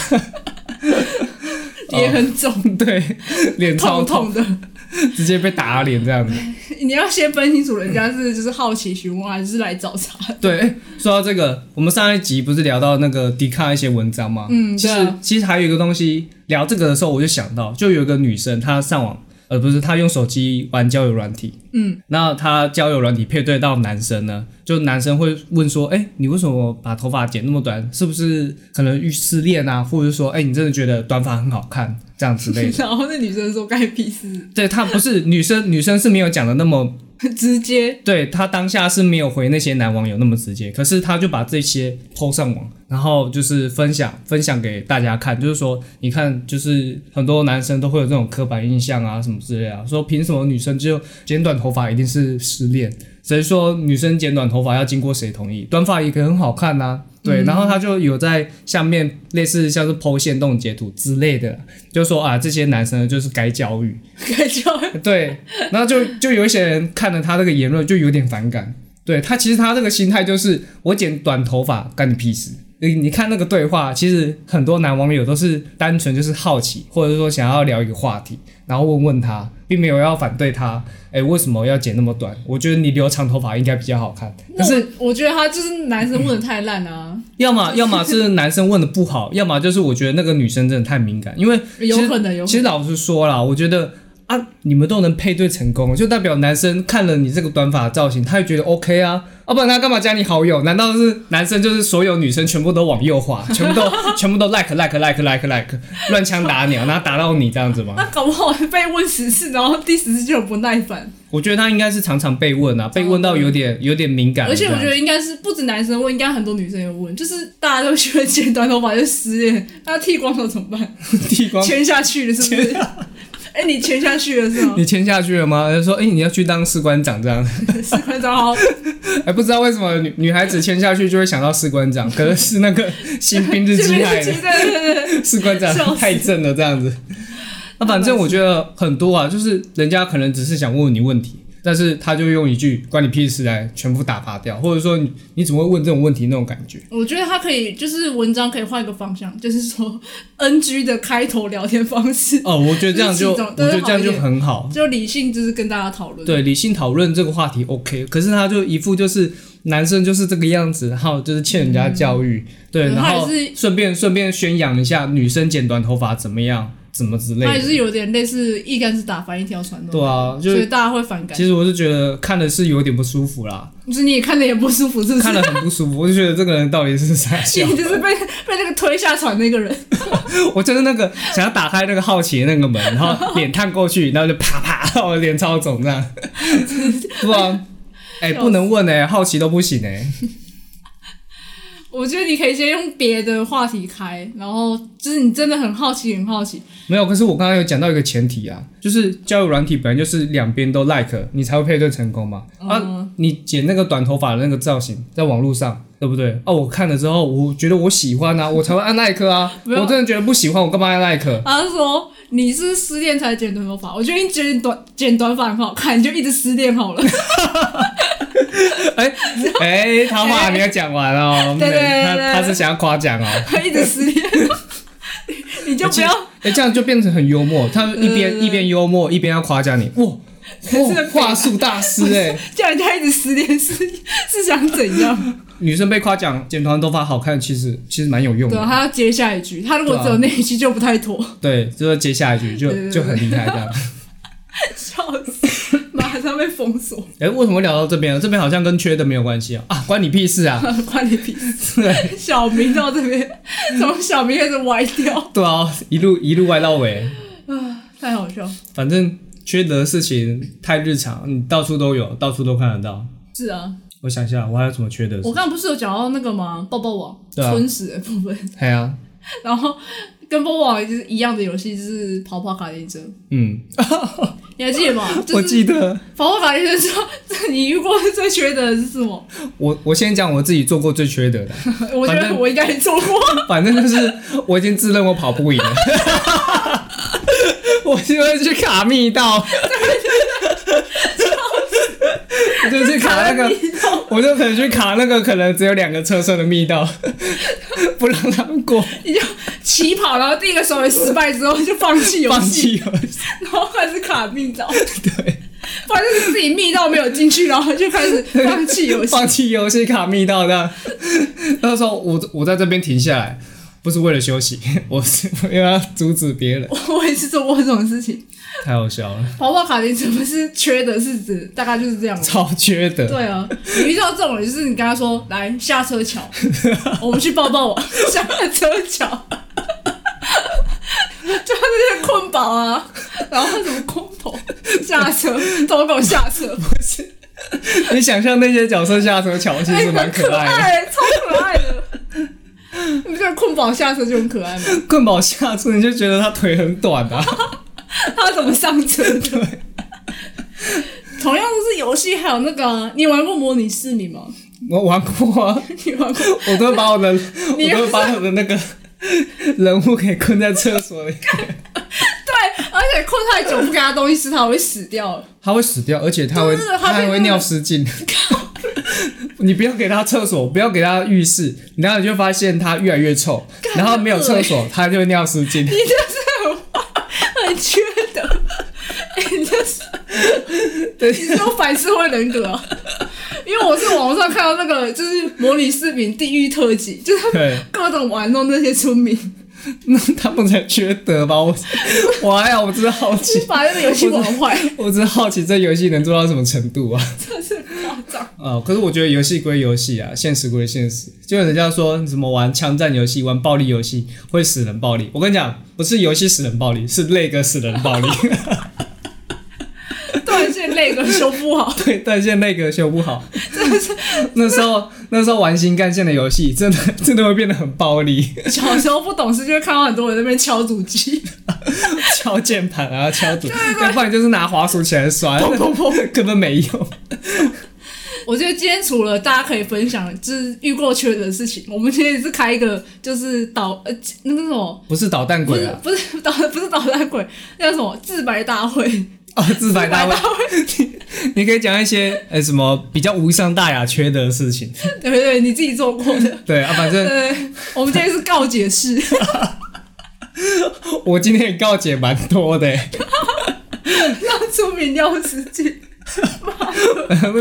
[SPEAKER 2] 也很肿，
[SPEAKER 1] 对，脸超
[SPEAKER 2] 痛，痛的。
[SPEAKER 1] 直接被打脸这样子。
[SPEAKER 2] 你要先分清楚人家是就是好奇询问还是来找茬。
[SPEAKER 1] 对，哎说到这个，我们上一集不是聊到那个迪卡一些文章吗？
[SPEAKER 2] 嗯
[SPEAKER 1] 其实、
[SPEAKER 2] 对啊
[SPEAKER 1] 其实还有一个东西，聊这个的时候我就想到，就有一个女生她上网，呃，不是她用手机玩交友软体，
[SPEAKER 2] 嗯，
[SPEAKER 1] 那她交友软体配对到男生呢，就男生会问说，哎，你为什么把头发剪那么短？是不是可能遇失恋啊？或者说，哎，你真的觉得短发很好看，这样之类 的。
[SPEAKER 2] 然后那女生说干你屁事，
[SPEAKER 1] 对她不是女生，女生是没有讲的那么
[SPEAKER 2] 直接
[SPEAKER 1] 对他当下是没有回那些男网友那么直接，可是他就把这些抛上网，然后就是分享分享给大家看，就是说你看，就是很多男生都会有这种刻板印象啊什么之类啊，说凭什么女生就剪短头发一定是失恋？谁说女生剪短头发要经过谁同意？短发也可以很好看呐、对，然后他就有在下面类似像是剖线动截图之类的，就说啊这些男生就是该教育，
[SPEAKER 2] 感觉
[SPEAKER 1] 对，然后就就有一些人看了他这个言论就有点反感。对他，其实他这个心态就是我剪短头发干你屁事。你你看那个对话，其实很多男网友都是单纯就是好奇，或者说想要聊一个话题，然后问问他，并没有要反对他。哎，为什么要剪那么短？我觉得你留长头发应该比较好看。可
[SPEAKER 2] 那
[SPEAKER 1] 是
[SPEAKER 2] 我我觉得他就是男生问的太烂啊，
[SPEAKER 1] 要么要么是男生问的不好，要么就是我觉得那个女生真的太敏感，因为其
[SPEAKER 2] 有
[SPEAKER 1] 实
[SPEAKER 2] 可能有可
[SPEAKER 1] 其实
[SPEAKER 2] 能
[SPEAKER 1] 老实说啦，我觉得啊，你们都能配对成功，就代表男生看了你这个短发造型，他也觉得 OK 啊，要、不然他干嘛加你好友？难道是男生就是所有女生全部都往右滑，全部都 全部都 like like like like like 乱枪打鸟，然后打到你这样子吗？
[SPEAKER 2] 那搞不好被问十次，然后第十次就很不耐烦，
[SPEAKER 1] 我觉得他应该是常常被问啊，被问到有点有点敏感了
[SPEAKER 2] 而
[SPEAKER 1] 这
[SPEAKER 2] 且
[SPEAKER 1] 样，
[SPEAKER 2] 我觉得应该是不止男生问，应该很多女生也问，就是大家都觉得 剪短头发就失恋，那剃光头怎么办？
[SPEAKER 1] 剃光
[SPEAKER 2] 牵下去了是不是？哎、你签下去了是吗？
[SPEAKER 1] 你签下去了吗？他就说，哎、你要去当士官长这 样。
[SPEAKER 2] 士官 长好，
[SPEAKER 1] 哎，不知道为什么女女孩子签下去就会想到士官长，可能是那个新兵日
[SPEAKER 2] 这
[SPEAKER 1] 记
[SPEAKER 2] 边
[SPEAKER 1] 害
[SPEAKER 2] 是
[SPEAKER 1] 的
[SPEAKER 2] 记。对对对 对，
[SPEAKER 1] 士官
[SPEAKER 2] 笑
[SPEAKER 1] 长
[SPEAKER 2] 死
[SPEAKER 1] 太正了这样子。那反正我觉得很多啊，就是人家可能只是想问你问题，但是他就用一句“关你屁事”来全部打发掉，或者说你你怎么会问这种问题那种感觉。
[SPEAKER 2] 我觉得他可以，就是文章可以换一个方向，就是说 NG 的开头聊天方式，
[SPEAKER 1] 哦，我觉得这样就我
[SPEAKER 2] 就是这种对
[SPEAKER 1] 觉得这样就很好。
[SPEAKER 2] 就理性就是跟大家讨论。
[SPEAKER 1] 对，理性讨论这个话题 OK，可是他就一副就是男生就是这个样子，然后就是欠人家教育，对，
[SPEAKER 2] 嗯
[SPEAKER 1] 然
[SPEAKER 2] 他也
[SPEAKER 1] 后
[SPEAKER 2] 是
[SPEAKER 1] 顺便顺便宣扬一下女生剪短头发怎么样，怎么之类
[SPEAKER 2] 他也
[SPEAKER 1] 的。
[SPEAKER 2] 是有点类似一竿子打翻一条船的，
[SPEAKER 1] 对啊，就
[SPEAKER 2] 所以
[SPEAKER 1] 是
[SPEAKER 2] 大家会反感。
[SPEAKER 1] 其实我是觉得看的是有点不舒服啦，
[SPEAKER 2] 就是你也看的也不舒服，是不 是
[SPEAKER 1] 看？了很不舒服，我就觉得这个人到底是啥笑
[SPEAKER 2] 你？就是被被那个推下船那个人，
[SPEAKER 1] 我就是那个想要打开那个好奇的那个门，然后脸探过去，然后就啪啪，然后我脸超肿这样。 不 啊，哎、
[SPEAKER 2] 笑死
[SPEAKER 1] 不能问哎、好奇都不行哎、
[SPEAKER 2] 我觉得你可以先用别的话题开，然后就是你真的很好奇，很好奇，
[SPEAKER 1] 没有，可是我刚刚有讲到一个前提啊，就是交友软体本来就是两边都 like，你才会配对成功嘛。
[SPEAKER 2] 嗯
[SPEAKER 1] 啊，你剪那个短头发的那个造型，在网络上，对不对？哦，我看了之后，我觉得我喜欢啊，我才会按 like 啊。
[SPEAKER 2] 没有
[SPEAKER 1] 我真的觉得不喜欢，我干嘛按 like？
[SPEAKER 2] 然后他说你是不是失恋才剪短头发，我觉得你剪短剪短发很好看，你就一直失恋好了。
[SPEAKER 1] 哎 哎，他话没有讲完哦，
[SPEAKER 2] 对对对
[SPEAKER 1] 他
[SPEAKER 2] 对
[SPEAKER 1] 他是想要夸奖哦。
[SPEAKER 2] 一直失恋，你就不要
[SPEAKER 1] 哎，这样就变成很幽默，他一边一边幽默，一边要夸奖你，哇，
[SPEAKER 2] 嗯 是
[SPEAKER 1] 哇，话术大师 哎！
[SPEAKER 2] 叫人家一直失恋是是想 怎样？
[SPEAKER 1] 女生被夸奖剪短头发好看，其实其实蛮有用
[SPEAKER 2] 对啊，
[SPEAKER 1] 的。
[SPEAKER 2] 他要接下一句，他如果
[SPEAKER 1] 对啊
[SPEAKER 2] 只有那一句就不太妥，
[SPEAKER 1] 对，啊就是接下一句
[SPEAKER 2] 对
[SPEAKER 1] 就
[SPEAKER 2] 对对
[SPEAKER 1] 就很厉害这样。
[SPEAKER 2] 笑死，马上被封锁，
[SPEAKER 1] 哎，为什么聊到这边了？这边好像跟缺的没有关系啊！啊，关你屁事啊！
[SPEAKER 2] 关你屁事！
[SPEAKER 1] 对
[SPEAKER 2] 小明到 这边，从小明开始歪掉，
[SPEAKER 1] 对啊，一路一路歪到尾，
[SPEAKER 2] 太好笑。
[SPEAKER 1] 反正缺德的事情太日常，你到处都有，到处都看得到。
[SPEAKER 2] 是啊，
[SPEAKER 1] 我想一下，我还有什么缺德的事
[SPEAKER 2] 我？刚刚不是有讲到那个吗？抱抱网
[SPEAKER 1] 对啊
[SPEAKER 2] 吞食的部分，
[SPEAKER 1] 哎呀，
[SPEAKER 2] 然后跟抱抱网就是一样的游戏，就是跑跑卡丁车，
[SPEAKER 1] 嗯，
[SPEAKER 2] 你还记得吗？就
[SPEAKER 1] 我
[SPEAKER 2] 是
[SPEAKER 1] 记得，
[SPEAKER 2] 跑跑卡丁车说，这你遇过最缺德的是什么？
[SPEAKER 1] 我我先讲我自己做过最缺德的，
[SPEAKER 2] 我觉
[SPEAKER 1] 反
[SPEAKER 2] 得
[SPEAKER 1] 正
[SPEAKER 2] 我应该也做过。
[SPEAKER 1] 反正就是我已经自认我跑不赢了， 我就会去卡密道，我就去卡那个，我就可能去卡那个可能只有两个车身的密道， 不让他们过，
[SPEAKER 2] 你就起跑，然后第一个手雷失败之后就放弃游
[SPEAKER 1] 放
[SPEAKER 2] 戏，
[SPEAKER 1] 弃游戏。
[SPEAKER 2] 然后开始卡密道，对，反正是自己密道没有进去，然后就开始放弃游戏。
[SPEAKER 1] 放弃游戏卡密道的。那时候我我在这边停下来，不是为了休息， 我是为了要阻止别人，
[SPEAKER 2] 我我也是做过这种事情，
[SPEAKER 1] 太好笑了，
[SPEAKER 2] 跑跑卡丁车不是缺的是指大概就是这样。
[SPEAKER 1] 超缺德。
[SPEAKER 2] 对啊，你遇到这种人，就是你跟他说来下车 桥，我们去抱抱我， 下车桥， 就是那些困宝啊，然后什么空投下车，偷狗下车，
[SPEAKER 1] 你想象那些角色下手巧，其实蛮可爱的。
[SPEAKER 2] 的，超哎可爱的。你不觉得困宝下车就很可爱吗？
[SPEAKER 1] 棍宝下车，你就觉得他腿很短啊。
[SPEAKER 2] 他怎么上车的？同样都是游戏，还有那个啊、你玩过模拟市民吗？
[SPEAKER 1] 我玩过啊，
[SPEAKER 2] 你玩过？
[SPEAKER 1] 我都会把我的，
[SPEAKER 2] 你
[SPEAKER 1] 我
[SPEAKER 2] 又
[SPEAKER 1] 都会把我的那个人物给困在厕所里，
[SPEAKER 2] 对，而且困太久不给他东西吃，他会死掉的。
[SPEAKER 1] 他会死掉，而且他会，
[SPEAKER 2] 对对对
[SPEAKER 1] 他
[SPEAKER 2] 他被
[SPEAKER 1] 还会尿失禁。你不要给他厕所，不要给他浴室，然后你就发现他越来越臭，然后没有厕所，他就会尿失禁。
[SPEAKER 2] 你就是很坏很缺德， 哎你就是
[SPEAKER 1] 对
[SPEAKER 2] 你是有反社会人格、啊。因为我是网上看到那个就是模拟市民地狱特辑，就是他们
[SPEAKER 1] 对，
[SPEAKER 2] 各种玩弄那些村民，
[SPEAKER 1] 那他们才缺德吧？我我还好，我只是好奇
[SPEAKER 2] 就是，把那个游戏玩坏。
[SPEAKER 1] 我只是好奇这游戏能做到什么程度啊？
[SPEAKER 2] 真是夸张。
[SPEAKER 1] 啊、可是我觉得游戏归游戏啊，现实归现实。就人家说什么玩枪战游戏、玩暴力游戏会死人暴力，我跟你讲， 不是游戏死人暴力，是那个死人暴力。
[SPEAKER 2] 对，是 l 那个修不好，
[SPEAKER 1] 对，断线那个修不好， 那时候那时候玩新干线的游戏，真的真的会变得很暴力，
[SPEAKER 2] 小时候不懂事就会看到很多人在那边敲主机，
[SPEAKER 1] 敲键盘啊，敲组，要不然就是拿滑鼠起来刷， 根本没用。
[SPEAKER 2] 我觉得今天除了大家可以分享就是遇过缺德的事情，我们今天也是开一个就是导呃那个什么，
[SPEAKER 1] 不是捣蛋
[SPEAKER 2] 不
[SPEAKER 1] 鬼
[SPEAKER 2] 是
[SPEAKER 1] 啊，
[SPEAKER 2] 不是导不是导弹鬼，那叫什么自白大会，
[SPEAKER 1] 哦，自白大会
[SPEAKER 2] 自，
[SPEAKER 1] 你可以讲一些呃什么比较无伤大雅缺德的事情，
[SPEAKER 2] 对对对，你自己做过的。
[SPEAKER 1] 对啊，反正
[SPEAKER 2] 对，我们今天是告解式，
[SPEAKER 1] 我今天也告解蛮多的、 欸，
[SPEAKER 2] 让出名要自己。
[SPEAKER 1] 那个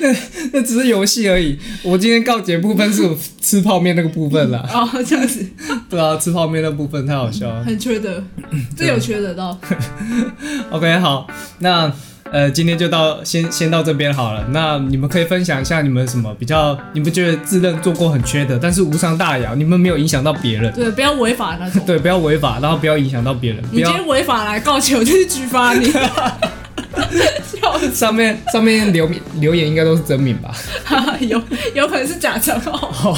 [SPEAKER 1] 那那只是游戏而已，我今天告解部分是我吃泡面那个部分啦，
[SPEAKER 2] 哦，这样子
[SPEAKER 1] 对啊，吃泡面那部分太好笑了。
[SPEAKER 2] 很缺德，这有缺德到。
[SPEAKER 1] OK，好，那呃，今天就到先先到这边好了。那你们可以分享一下你们什么比较，你们觉得自认做过很缺德，但是无伤大雅，你们没有影响到别人，
[SPEAKER 2] 对，不要违法那种。
[SPEAKER 1] 对，不要违法，然后不要影响到别 人，不
[SPEAKER 2] 你今
[SPEAKER 1] 要
[SPEAKER 2] 天违法来告解，我就去举发你。 笑死
[SPEAKER 1] 上面上面留留言应该都是真名吧。
[SPEAKER 2] 啊有有可能是假账号。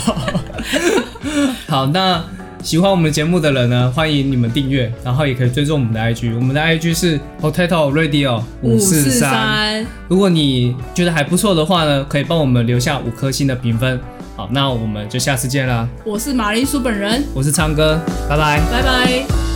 [SPEAKER 1] 好，那喜欢我们节目的人呢，欢迎你们订阅，然后也可以追踪我们的 IG，我们的 IG 是 Potato Radio 五四三。
[SPEAKER 2] 543，
[SPEAKER 1] 如果你觉得还不错的话呢，可以帮我们留下五颗星的评分。好，那我们就下次见啦。
[SPEAKER 2] 我是马铃薯本人，
[SPEAKER 1] 我是昌哥，拜拜。
[SPEAKER 2] 拜拜。